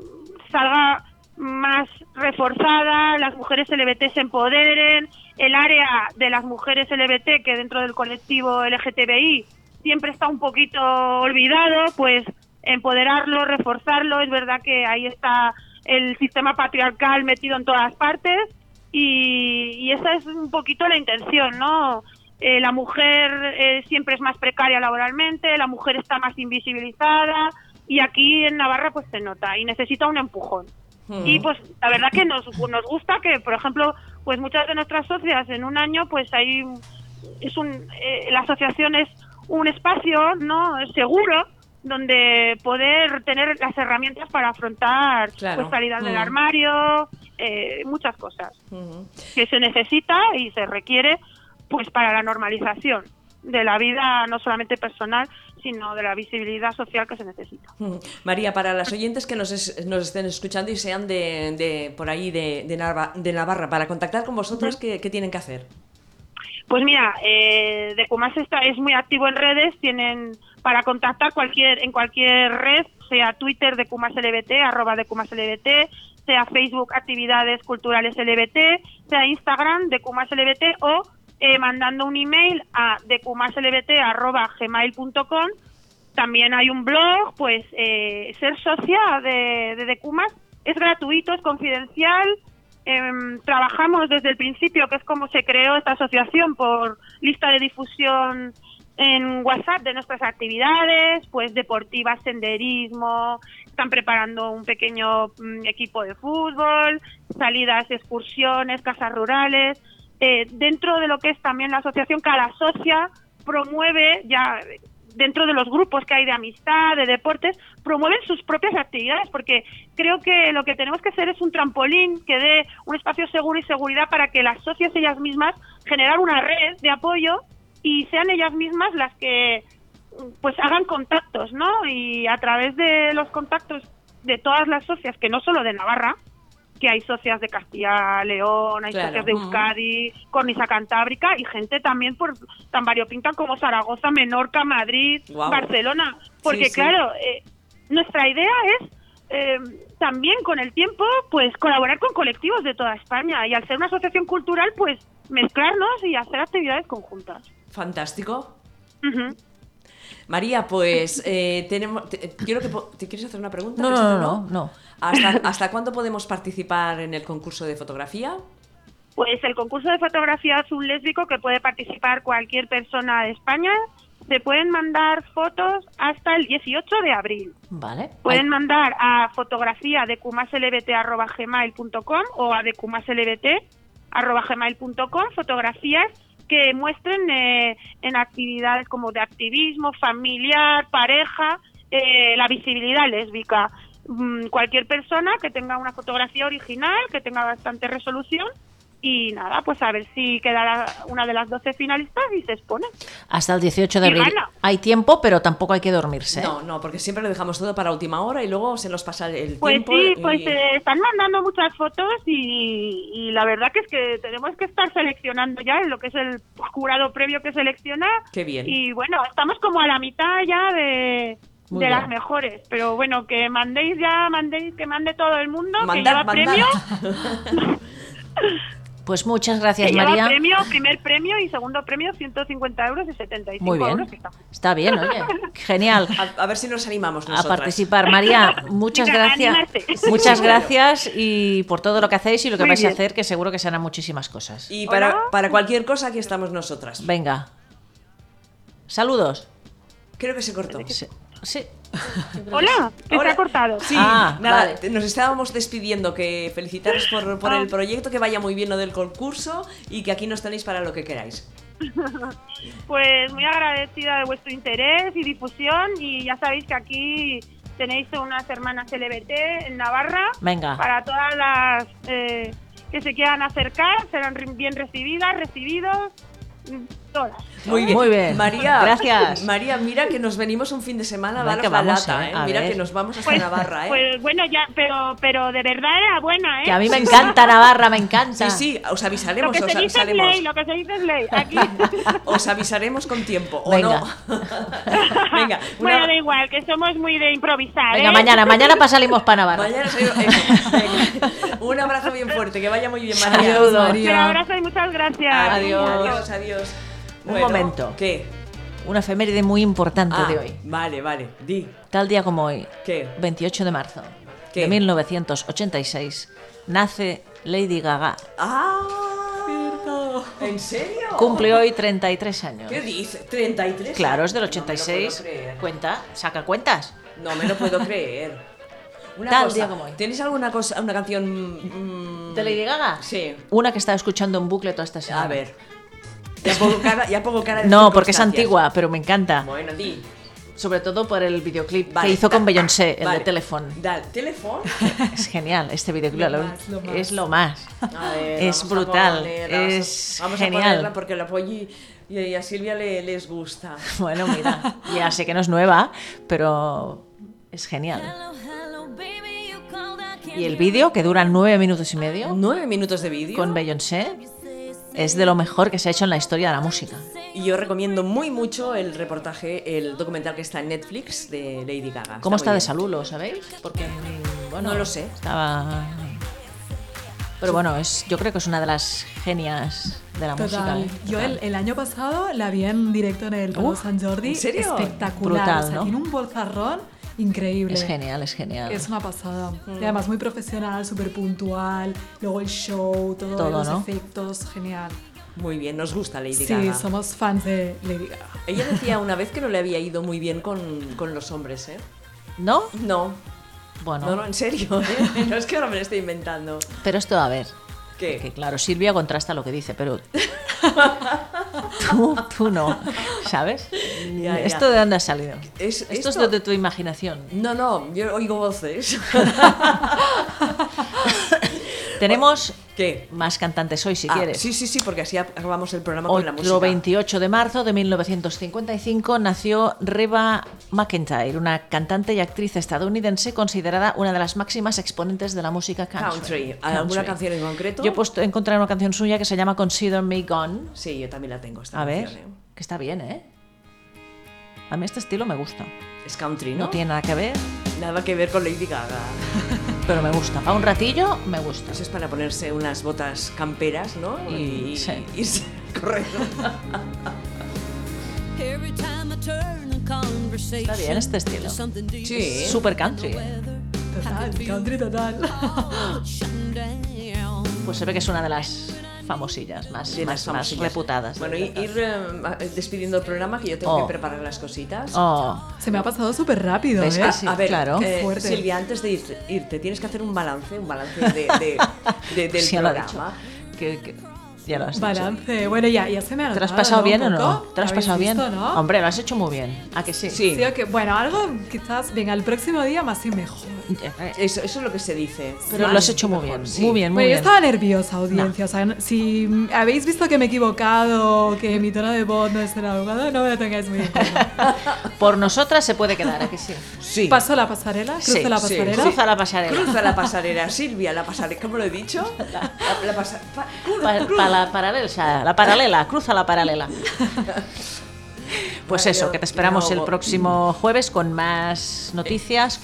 Speaker 10: salga más reforzada, las mujeres LBT se empoderen, el área de las mujeres LBT que dentro del colectivo LGTBI siempre está un poquito olvidado, pues empoderarlo, reforzarlo, es verdad que ahí está el sistema patriarcal metido en todas partes y, y esa es un poquito la intención, ¿no? Eh, la mujer eh, siempre es más precaria laboralmente, la mujer está más invisibilizada y aquí en Navarra pues se nota y necesita un empujón. Y pues la verdad que nos, nos gusta que, por ejemplo, pues muchas de nuestras socias en un año pues hay un- es un eh, la asociación es un espacio no seguro donde poder tener las herramientas para afrontar
Speaker 1: Claro.
Speaker 10: pues, salida del
Speaker 1: Mm.
Speaker 10: armario, eh, muchas cosas que se necesita y se requiere pues para la normalización de la vida no solamente personal sino de la visibilidad social que se necesita.
Speaker 1: María, para las oyentes que nos, es- nos estén escuchando y sean de, de- por ahí de, de Narva- de Navarra, para contactar con vosotros, ¿qué, qué tienen que hacer?
Speaker 10: Pues mira, eh, Decumás está, es muy activo en redes, tienen para contactar cualquier en cualquier red, sea Twitter de Cumas LBT, arroba de Cumas LBT, sea Facebook Actividades Culturales LBT, sea Instagram de Cumas LBT o eh, mandando un email a decumaslbt arroba gmail.com. También hay un blog, pues eh, ser socia de, de Decumas es gratuito, es confidencial, em, trabajamos desde el principio, que es como se creó esta asociación por lista de difusión en WhatsApp de nuestras actividades, pues deportivas, senderismo, están preparando un pequeño mm, equipo de fútbol, salidas, excursiones, casas rurales. Eh, dentro de lo que es también la asociación, cada socia promueve ya eh, dentro de los grupos que hay de amistad, de deportes, promueven sus propias actividades, porque creo que lo que tenemos que hacer es un trampolín que dé un espacio seguro y seguridad para que las socias ellas mismas generar una red de apoyo y sean ellas mismas las que pues hagan contactos, ¿no? Y a través de los contactos de todas las socias, que no solo de Navarra, que hay socias de Castilla, León, hay
Speaker 1: Claro.
Speaker 10: socias de
Speaker 1: Ujú.
Speaker 10: Euskadi, Cornisa Cantábrica y gente también por tan variopinta como Zaragoza, Menorca, Madrid,
Speaker 1: Guau.
Speaker 10: Barcelona, porque
Speaker 1: Sí, sí.
Speaker 10: claro, eh, nuestra idea es eh, también con el tiempo pues colaborar con colectivos de toda España y al ser una asociación cultural pues mezclarnos y hacer actividades conjuntas.
Speaker 1: Fantástico.
Speaker 10: Ujú.
Speaker 1: María, pues eh, tenemos, te, eh, quiero que po- ¿te quieres hacer una pregunta?
Speaker 2: No,
Speaker 1: ¿Te has
Speaker 2: no,
Speaker 1: hecho,
Speaker 2: no, no, no.
Speaker 1: ¿Hasta, ¿Hasta cuándo podemos participar en el concurso de fotografía?
Speaker 10: Pues el concurso de fotografía es un lésbico que puede participar cualquier persona de España se pueden mandar fotos hasta el 18 de abril.
Speaker 2: Vale.
Speaker 10: Pueden mandar a fotografía de cumaslbt.com o a de cumaslbt.com fotografías que muestren eh, en actividades como de activismo familiar, pareja, eh, la visibilidad lésbica. Mm, cualquier persona que tenga una fotografía original, que tenga bastante resolución. Y nada, pues a ver si quedará una de las 12 finalistas y se expone.
Speaker 2: Hasta el 18 de
Speaker 10: Y
Speaker 2: abril.
Speaker 10: gana.
Speaker 2: Hay tiempo, pero tampoco hay que dormirse. ¿eh?
Speaker 1: No, no, porque siempre lo dejamos todo para última hora y luego se nos pasa el
Speaker 10: Pues
Speaker 1: tiempo.
Speaker 10: sí,
Speaker 1: y-
Speaker 10: pues eh, están mandando muchas fotos y, y la verdad que es que tenemos que estar seleccionando ya lo que es el jurado previo que selecciona.
Speaker 1: Qué bien.
Speaker 10: Y bueno, estamos como a la mitad ya de,
Speaker 1: Muy
Speaker 10: de
Speaker 1: bien.
Speaker 10: las mejores, pero bueno, que mandéis ya, mandéis, que mande todo el mundo,
Speaker 1: Mandad,
Speaker 10: que lleva
Speaker 1: mandad.
Speaker 10: premio,
Speaker 2: Pues muchas
Speaker 10: que
Speaker 2: gracias,
Speaker 10: lleva
Speaker 2: María.
Speaker 10: premio, primer premio y segundo premio 150 euros y 75
Speaker 2: Muy bien.
Speaker 10: euros. que está-
Speaker 2: Está bien, oye. Genial.
Speaker 1: A, a ver si nos animamos
Speaker 2: A
Speaker 1: nosotras.
Speaker 2: participar. María, muchas
Speaker 1: Venga,
Speaker 2: gracias.
Speaker 1: animarse.
Speaker 2: Muchas
Speaker 1: Sí, claro.
Speaker 2: gracias y por todo lo que hacéis y lo que
Speaker 1: Muy
Speaker 2: vais
Speaker 1: bien.
Speaker 2: a hacer, que seguro que serán muchísimas cosas.
Speaker 1: Y para, para cualquier cosa aquí estamos nosotras.
Speaker 2: Venga. Saludos.
Speaker 1: Creo que se cortó.
Speaker 2: Sí.
Speaker 10: Hola, que se
Speaker 1: Hola.
Speaker 10: ha cortado.
Speaker 1: Sí,
Speaker 2: Ah,
Speaker 1: nada,
Speaker 2: vale.
Speaker 1: te- nos estábamos despidiendo, que felicitaros por,
Speaker 10: Ah.
Speaker 1: por el proyecto, que vaya muy bien lo del concurso y que aquí nos tenéis para lo que queráis.
Speaker 10: Pues muy agradecida de vuestro interés y difusión y ya sabéis que aquí tenéis unas hermanas LBT en Navarra.
Speaker 2: Venga.
Speaker 10: Para todas las eh, que se quieran acercar, serán re- bien recibidas, recibidos, mm, todas.
Speaker 1: Muy bien.
Speaker 2: Muy bien.
Speaker 1: María,
Speaker 2: Gracias.
Speaker 1: María, mira que nos venimos un fin de semana a
Speaker 2: Mira
Speaker 1: daros
Speaker 2: que
Speaker 1: la
Speaker 2: vamos,
Speaker 1: lata,
Speaker 2: eh,
Speaker 1: ¿eh?
Speaker 2: a
Speaker 1: Mira
Speaker 2: ver.
Speaker 1: que nos vamos hasta
Speaker 10: Pues,
Speaker 1: Navarra, ¿eh?
Speaker 10: pues bueno, ya, pero, pero de verdad era buena, ¿eh?
Speaker 2: Que a mí me encanta Navarra, me encanta.
Speaker 1: Sí, sí, os
Speaker 10: Lo
Speaker 1: avisaremos,
Speaker 10: que
Speaker 1: os
Speaker 10: se dice es
Speaker 1: avisaremos.
Speaker 10: ley, lo que se dice es ley. Aquí,
Speaker 1: Os avisaremos con tiempo, ¿o
Speaker 2: Venga.
Speaker 1: no? Venga, una-
Speaker 10: bueno, da igual, que somos muy de improvisar,
Speaker 2: Venga,
Speaker 10: ¿eh?
Speaker 2: mañana, mañana pa- salimos para Navarra.
Speaker 1: Mañana salimos- eso, eh, venga. Un abrazo bien fuerte, que vaya muy bien, María.
Speaker 2: Saludos.
Speaker 10: Un abrazo y muchas gracias.
Speaker 2: Adiós.
Speaker 1: Adiós, adiós.
Speaker 2: Un
Speaker 1: Bueno,
Speaker 2: momento.
Speaker 1: ¿Qué?
Speaker 2: Una efeméride muy importante
Speaker 1: Ah,
Speaker 2: de hoy.
Speaker 1: Vale, vale, di.
Speaker 2: Tal día como hoy,
Speaker 1: ¿Qué?
Speaker 2: 28 de marzo
Speaker 1: ¿Qué?
Speaker 2: de 1986, nace Lady Gaga.
Speaker 1: ¡Ah! ¿En serio?
Speaker 2: Cumple hoy 33 años.
Speaker 1: ¿Qué dices? ¿33?
Speaker 2: Claro, es del
Speaker 1: No
Speaker 2: 86.
Speaker 1: me lo puedo creer.
Speaker 2: Cuenta, saca cuentas.
Speaker 1: No me lo puedo creer.
Speaker 2: Tal
Speaker 1: cosa,
Speaker 2: día como hoy.
Speaker 1: ¿Tienes alguna cosa, una canción mm,
Speaker 2: ¿De Lady Gaga?
Speaker 1: Sí.
Speaker 2: Una que estaba escuchando en bucle toda esta semana.
Speaker 1: A ver. Ya pongo cara, ya pongo cara de
Speaker 2: Ah. No, porque es
Speaker 1: circunstancias.
Speaker 2: antigua, pero me encanta.
Speaker 1: Bueno, di.
Speaker 2: Sobre todo por el videoclip
Speaker 1: Vale,
Speaker 2: que hizo con
Speaker 1: da-
Speaker 2: Beyoncé, el
Speaker 1: vale.
Speaker 2: de Teléfono.
Speaker 1: Dale, ¿teléfono?
Speaker 2: Es genial, este videoclip.
Speaker 1: Lo más, lo más.
Speaker 2: Es lo más.
Speaker 1: A ver,
Speaker 2: Es
Speaker 1: vamos a
Speaker 2: brutal,
Speaker 1: ponerla, vamos a-
Speaker 2: es
Speaker 1: vamos
Speaker 2: genial.
Speaker 1: a ponerla porque la Polly y, y a Silvia le- les gusta.
Speaker 2: Bueno, mira, ya sé que no es nueva, pero es genial. Y el vídeo, que dura nueve minutos y medio,
Speaker 1: Nueve minutos de vídeo.
Speaker 2: con Beyoncé, es de lo mejor que se ha hecho en la historia de la música.
Speaker 1: Y yo recomiendo muy mucho el reportaje, el documental que está en Netflix de Lady Gaga.
Speaker 2: ¿Cómo está
Speaker 1: muy
Speaker 2: de
Speaker 1: bien.
Speaker 2: salud, lo sabéis? Porque, bueno,
Speaker 1: No lo sé.
Speaker 2: Estaba... Pero bueno, es, yo creo que es una de las genias de la
Speaker 3: Total.
Speaker 2: música. ¿eh?
Speaker 3: Yo el, el año pasado la vi en directo en el Palau
Speaker 2: Uf,
Speaker 3: San Jordi.
Speaker 1: ¿en serio?
Speaker 3: Espectacular.
Speaker 2: Brutal,
Speaker 3: o sea,
Speaker 2: ¿no?
Speaker 3: Tiene un bolzarrón increíble.
Speaker 2: Es genial, es genial.
Speaker 3: Es una pasada.
Speaker 1: Mm.
Speaker 3: Y además muy profesional, súper puntual. Luego el show, todo,
Speaker 2: Todo,
Speaker 3: los
Speaker 2: ¿no?
Speaker 3: efectos, genial.
Speaker 1: Muy bien, nos gusta Lady
Speaker 3: sí,
Speaker 1: Gaga.
Speaker 3: somos fans de Lady Gaga.
Speaker 1: Ella decía una vez que no le había ido muy bien con, con los hombres, ¿eh?
Speaker 2: ¿No?
Speaker 1: No,
Speaker 2: Bueno,
Speaker 1: no, no, en serio, ¿eh? No es que ahora me lo estoy inventando.
Speaker 2: pero esto a ver.
Speaker 1: ¿Qué?
Speaker 2: Que claro, Silvia contrasta lo que dice, pero tú, tú no, ¿sabes?
Speaker 1: Ya, ya.
Speaker 2: ¿Esto de dónde ha salido?
Speaker 1: Es-
Speaker 2: esto, es
Speaker 1: esto-
Speaker 2: de tu imaginación.
Speaker 1: No, no, yo oigo voces.
Speaker 2: Tenemos
Speaker 1: ¿Qué?
Speaker 2: más cantantes hoy, si
Speaker 1: Ah,
Speaker 2: quieres.
Speaker 1: Sí, sí, sí, porque así acabamos el programa con la música.
Speaker 2: Otro 28 de marzo de 1955 nació Reba McIntyre, una cantante y actriz estadounidense considerada una de las máximas exponentes de la música country.
Speaker 1: Country. ¿Alguna
Speaker 2: Country.
Speaker 1: canción en concreto?
Speaker 2: Yo he puesto, he encontrado una canción suya que se llama Consider Me Gone.
Speaker 1: Sí, yo también la tengo esta
Speaker 2: A ver,
Speaker 1: canción, ¿eh?
Speaker 2: que está bien, ¿eh? A mí este estilo me gusta.
Speaker 1: Es country, ¿no?
Speaker 2: No tiene nada que ver,
Speaker 1: Nada que ver con Lady Gaga.
Speaker 2: pero me gusta. Para un ratillo, me gusta.
Speaker 1: Eso es para ponerse unas botas camperas, ¿no?
Speaker 2: Y-
Speaker 1: Y,
Speaker 2: sí.
Speaker 1: irse corriendo.
Speaker 2: Está bien este estilo.
Speaker 1: Sí.
Speaker 2: Super country. ¿eh?
Speaker 3: Total, country total.
Speaker 2: Pues se ve que es una de las
Speaker 4: famosillas, más,
Speaker 1: de
Speaker 4: más,
Speaker 1: las
Speaker 4: más
Speaker 1: famosillas.
Speaker 4: reputadas.
Speaker 1: Bueno, ir, ir, eh, despidiendo el programa que yo tengo
Speaker 4: Oh.
Speaker 1: que preparar las cositas.
Speaker 4: Oh.
Speaker 3: Se me ha pasado súper rápido,
Speaker 4: ¿Ves
Speaker 3: ¿eh?
Speaker 4: que sí?
Speaker 1: A ver,
Speaker 4: claro.
Speaker 1: eh,
Speaker 3: Qué fuerte.
Speaker 1: Silvia, antes de ir- irte, tienes que hacer un balance, un balance de, de- de- del
Speaker 4: Sí, ya lo ha
Speaker 1: programa.
Speaker 4: dicho. Que- que- ya lo has dicho.
Speaker 3: Balance. Bueno, ya, ya se me ha
Speaker 4: ¿Te lo has
Speaker 3: notado,
Speaker 4: pasado
Speaker 3: ¿no?
Speaker 4: bien o
Speaker 3: Un
Speaker 4: no?
Speaker 3: poco.
Speaker 4: ¿Te lo has
Speaker 3: ¿Habéis
Speaker 4: pasado bien?
Speaker 3: visto, no?
Speaker 4: Hombre, lo has hecho muy bien. ¿A que sí?
Speaker 1: Sí.
Speaker 3: Sí, ok. Bueno, algo quizás, venga, el próximo día más y mejor.
Speaker 4: Eh,
Speaker 1: Eso, eso es lo que se dice.
Speaker 4: Pero lo has hecho muy bien, muy bien, muy
Speaker 3: Bueno, yo
Speaker 4: bien.
Speaker 3: estaba nerviosa, audiencia. O sea, no- si habéis visto que me he equivocado, que mi tono de voz no es el abogado, no me lo tengáis muy en cuenta.
Speaker 4: Por nosotras se puede quedar, ¿a que sí?
Speaker 1: Sí.
Speaker 3: Paso la pasarela, cruzo
Speaker 4: Sí,
Speaker 3: la
Speaker 4: sí.
Speaker 3: pasarela.
Speaker 4: Cruza la pasarela.
Speaker 1: Cruza la pasarela, Silvia, la pasarela, ¿cómo lo he dicho? La, la pasa- pa- cru-
Speaker 4: Pa-
Speaker 1: cru-
Speaker 4: pa- la paralela, la paralela, cruza la paralela. Pues
Speaker 1: Vale,
Speaker 4: eso, que te esperamos
Speaker 1: no,
Speaker 4: el
Speaker 1: bo-
Speaker 4: próximo jueves con más noticias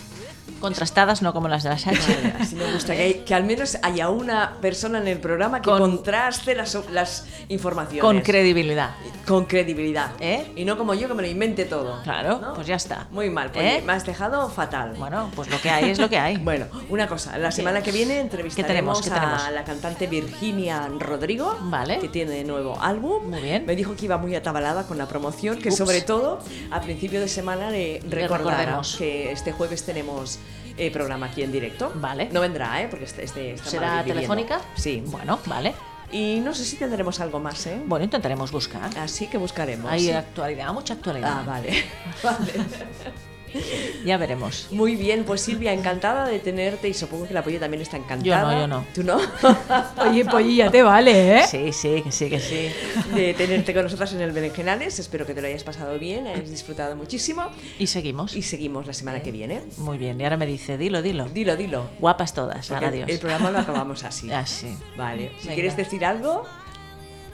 Speaker 4: contrastadas, no como las de la Sánchez.
Speaker 1: Así me gusta que, hay- que al menos haya una persona en el programa que
Speaker 4: Eh. Con-
Speaker 1: contraste las, las informaciones.
Speaker 4: Con credibilidad.
Speaker 1: Con credibilidad.
Speaker 4: ¿Eh?
Speaker 1: Y no como yo que me lo invente todo.
Speaker 4: Claro,
Speaker 1: ¿no?
Speaker 4: pues ya está.
Speaker 1: Muy mal, pues
Speaker 4: ¿Eh?
Speaker 1: me has dejado fatal.
Speaker 4: Bueno, pues lo que hay es lo que hay.
Speaker 1: Bueno, una cosa, la semana que viene entrevistaremos
Speaker 4: tenemos? ¿Qué tenemos?
Speaker 1: a la cantante Virginia Rodrigo,
Speaker 4: Vale.
Speaker 1: que tiene nuevo álbum.
Speaker 4: Muy bien.
Speaker 1: Me dijo que iba muy atabalada con la promoción, que
Speaker 4: Ups.
Speaker 1: sobre todo a principio de semana le recordará
Speaker 4: recordemos.
Speaker 1: que este jueves tenemos eh, programa aquí en directo.
Speaker 4: Vale.
Speaker 1: No vendrá, ¿eh? Porque este, este está
Speaker 4: ¿Será
Speaker 1: Madrid viviendo.
Speaker 4: telefónica?
Speaker 1: Sí.
Speaker 4: Bueno, vale.
Speaker 1: Y no sé si tendremos algo más, ¿eh?
Speaker 4: Bueno, intentaremos buscar.
Speaker 1: Así que buscaremos.
Speaker 4: Hay actualidad, mucha actualidad.
Speaker 1: Ah, vale. vale.
Speaker 4: Ya veremos.
Speaker 1: Muy bien, pues Silvia, encantada de tenerte y supongo que la pollo también está encantada.
Speaker 4: Yo no,
Speaker 1: ¿Tú no?
Speaker 3: Oye, pollilla, te vale, ¿eh?
Speaker 4: Sí, sí, que sí, que sí.
Speaker 1: de tenerte con nosotras en el Berenjenales. Espero que te lo hayas pasado bien, hayas disfrutado muchísimo
Speaker 4: Y seguimos.
Speaker 1: y seguimos la semana que viene.
Speaker 4: Muy bien, y ahora me dice, dilo, dilo.
Speaker 1: Dilo, dilo.
Speaker 4: Guapas todas,
Speaker 1: porque
Speaker 4: ahora adiós.
Speaker 1: El programa lo acabamos así.
Speaker 4: Ah, sí.
Speaker 1: Vale. Si
Speaker 4: Venga.
Speaker 1: quieres decir algo,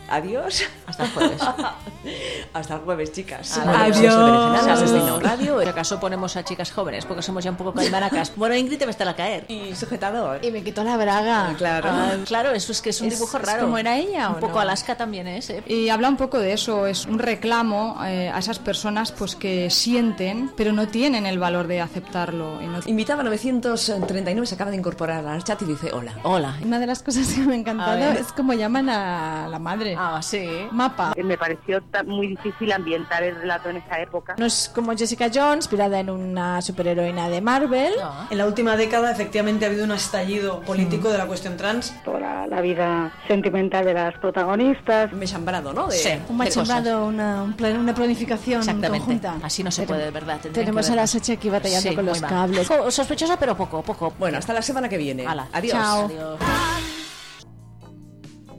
Speaker 1: adiós.
Speaker 4: Hasta el jueves.
Speaker 1: Hasta el jueves, chicas.
Speaker 3: Adiós.
Speaker 4: Adiós.
Speaker 1: Berenjenales,
Speaker 4: Saludos.
Speaker 1: Destino Radio
Speaker 4: Si acaso este ponemos a chicas jóvenes, porque somos ya un poco calmaracas. Bueno, Ingrid te va a estar a caer.
Speaker 1: y sujetador.
Speaker 2: Y me quitó la braga.
Speaker 1: Claro.
Speaker 2: Ah,
Speaker 4: Claro, eso es que es un
Speaker 2: Es-
Speaker 4: dibujo
Speaker 2: es
Speaker 4: raro.
Speaker 2: como era ella,
Speaker 4: Un
Speaker 2: ¿o
Speaker 4: poco
Speaker 2: no?
Speaker 4: Alaska también es, ¿eh?
Speaker 2: Y habla un poco de eso, es un reclamo eh, a esas personas pues que sienten, pero no tienen el valor de aceptarlo. y no-
Speaker 1: Invitaba 939, se acaba de incorporar al chat y dice hola.
Speaker 4: Hola.
Speaker 2: Una de las cosas que me ha encantado
Speaker 4: ver.
Speaker 2: es como llaman a la madre.
Speaker 4: Ah, sí.
Speaker 2: Mapa.
Speaker 5: Me pareció ta- muy difícil ambientar el relato en esa época.
Speaker 11: No es como Jessica Jones, inspirada en una superheroína de Marvel.
Speaker 12: En la última década, efectivamente, ha habido un estallido político de la cuestión trans.
Speaker 5: Toda la vida sentimental de las protagonistas.
Speaker 1: Me he chambrado, ¿no? De-
Speaker 4: Sí.
Speaker 11: Un
Speaker 4: Qué cosas.
Speaker 11: machembrado, una, un plan- una planificación
Speaker 4: Exactamente.
Speaker 11: conjunta.
Speaker 4: Así no se puede, de verdad. tendrían que
Speaker 11: Tenemos a la
Speaker 4: vernos.
Speaker 11: Sachi aquí batallando
Speaker 4: Sí,
Speaker 11: con
Speaker 4: muy
Speaker 11: los
Speaker 4: mal.
Speaker 11: cables.
Speaker 4: Jo- Sospechosa, pero poco, poco.
Speaker 1: Bueno, hasta la semana que viene.
Speaker 4: Hala.
Speaker 1: Adiós.
Speaker 11: Chao.
Speaker 4: Adiós.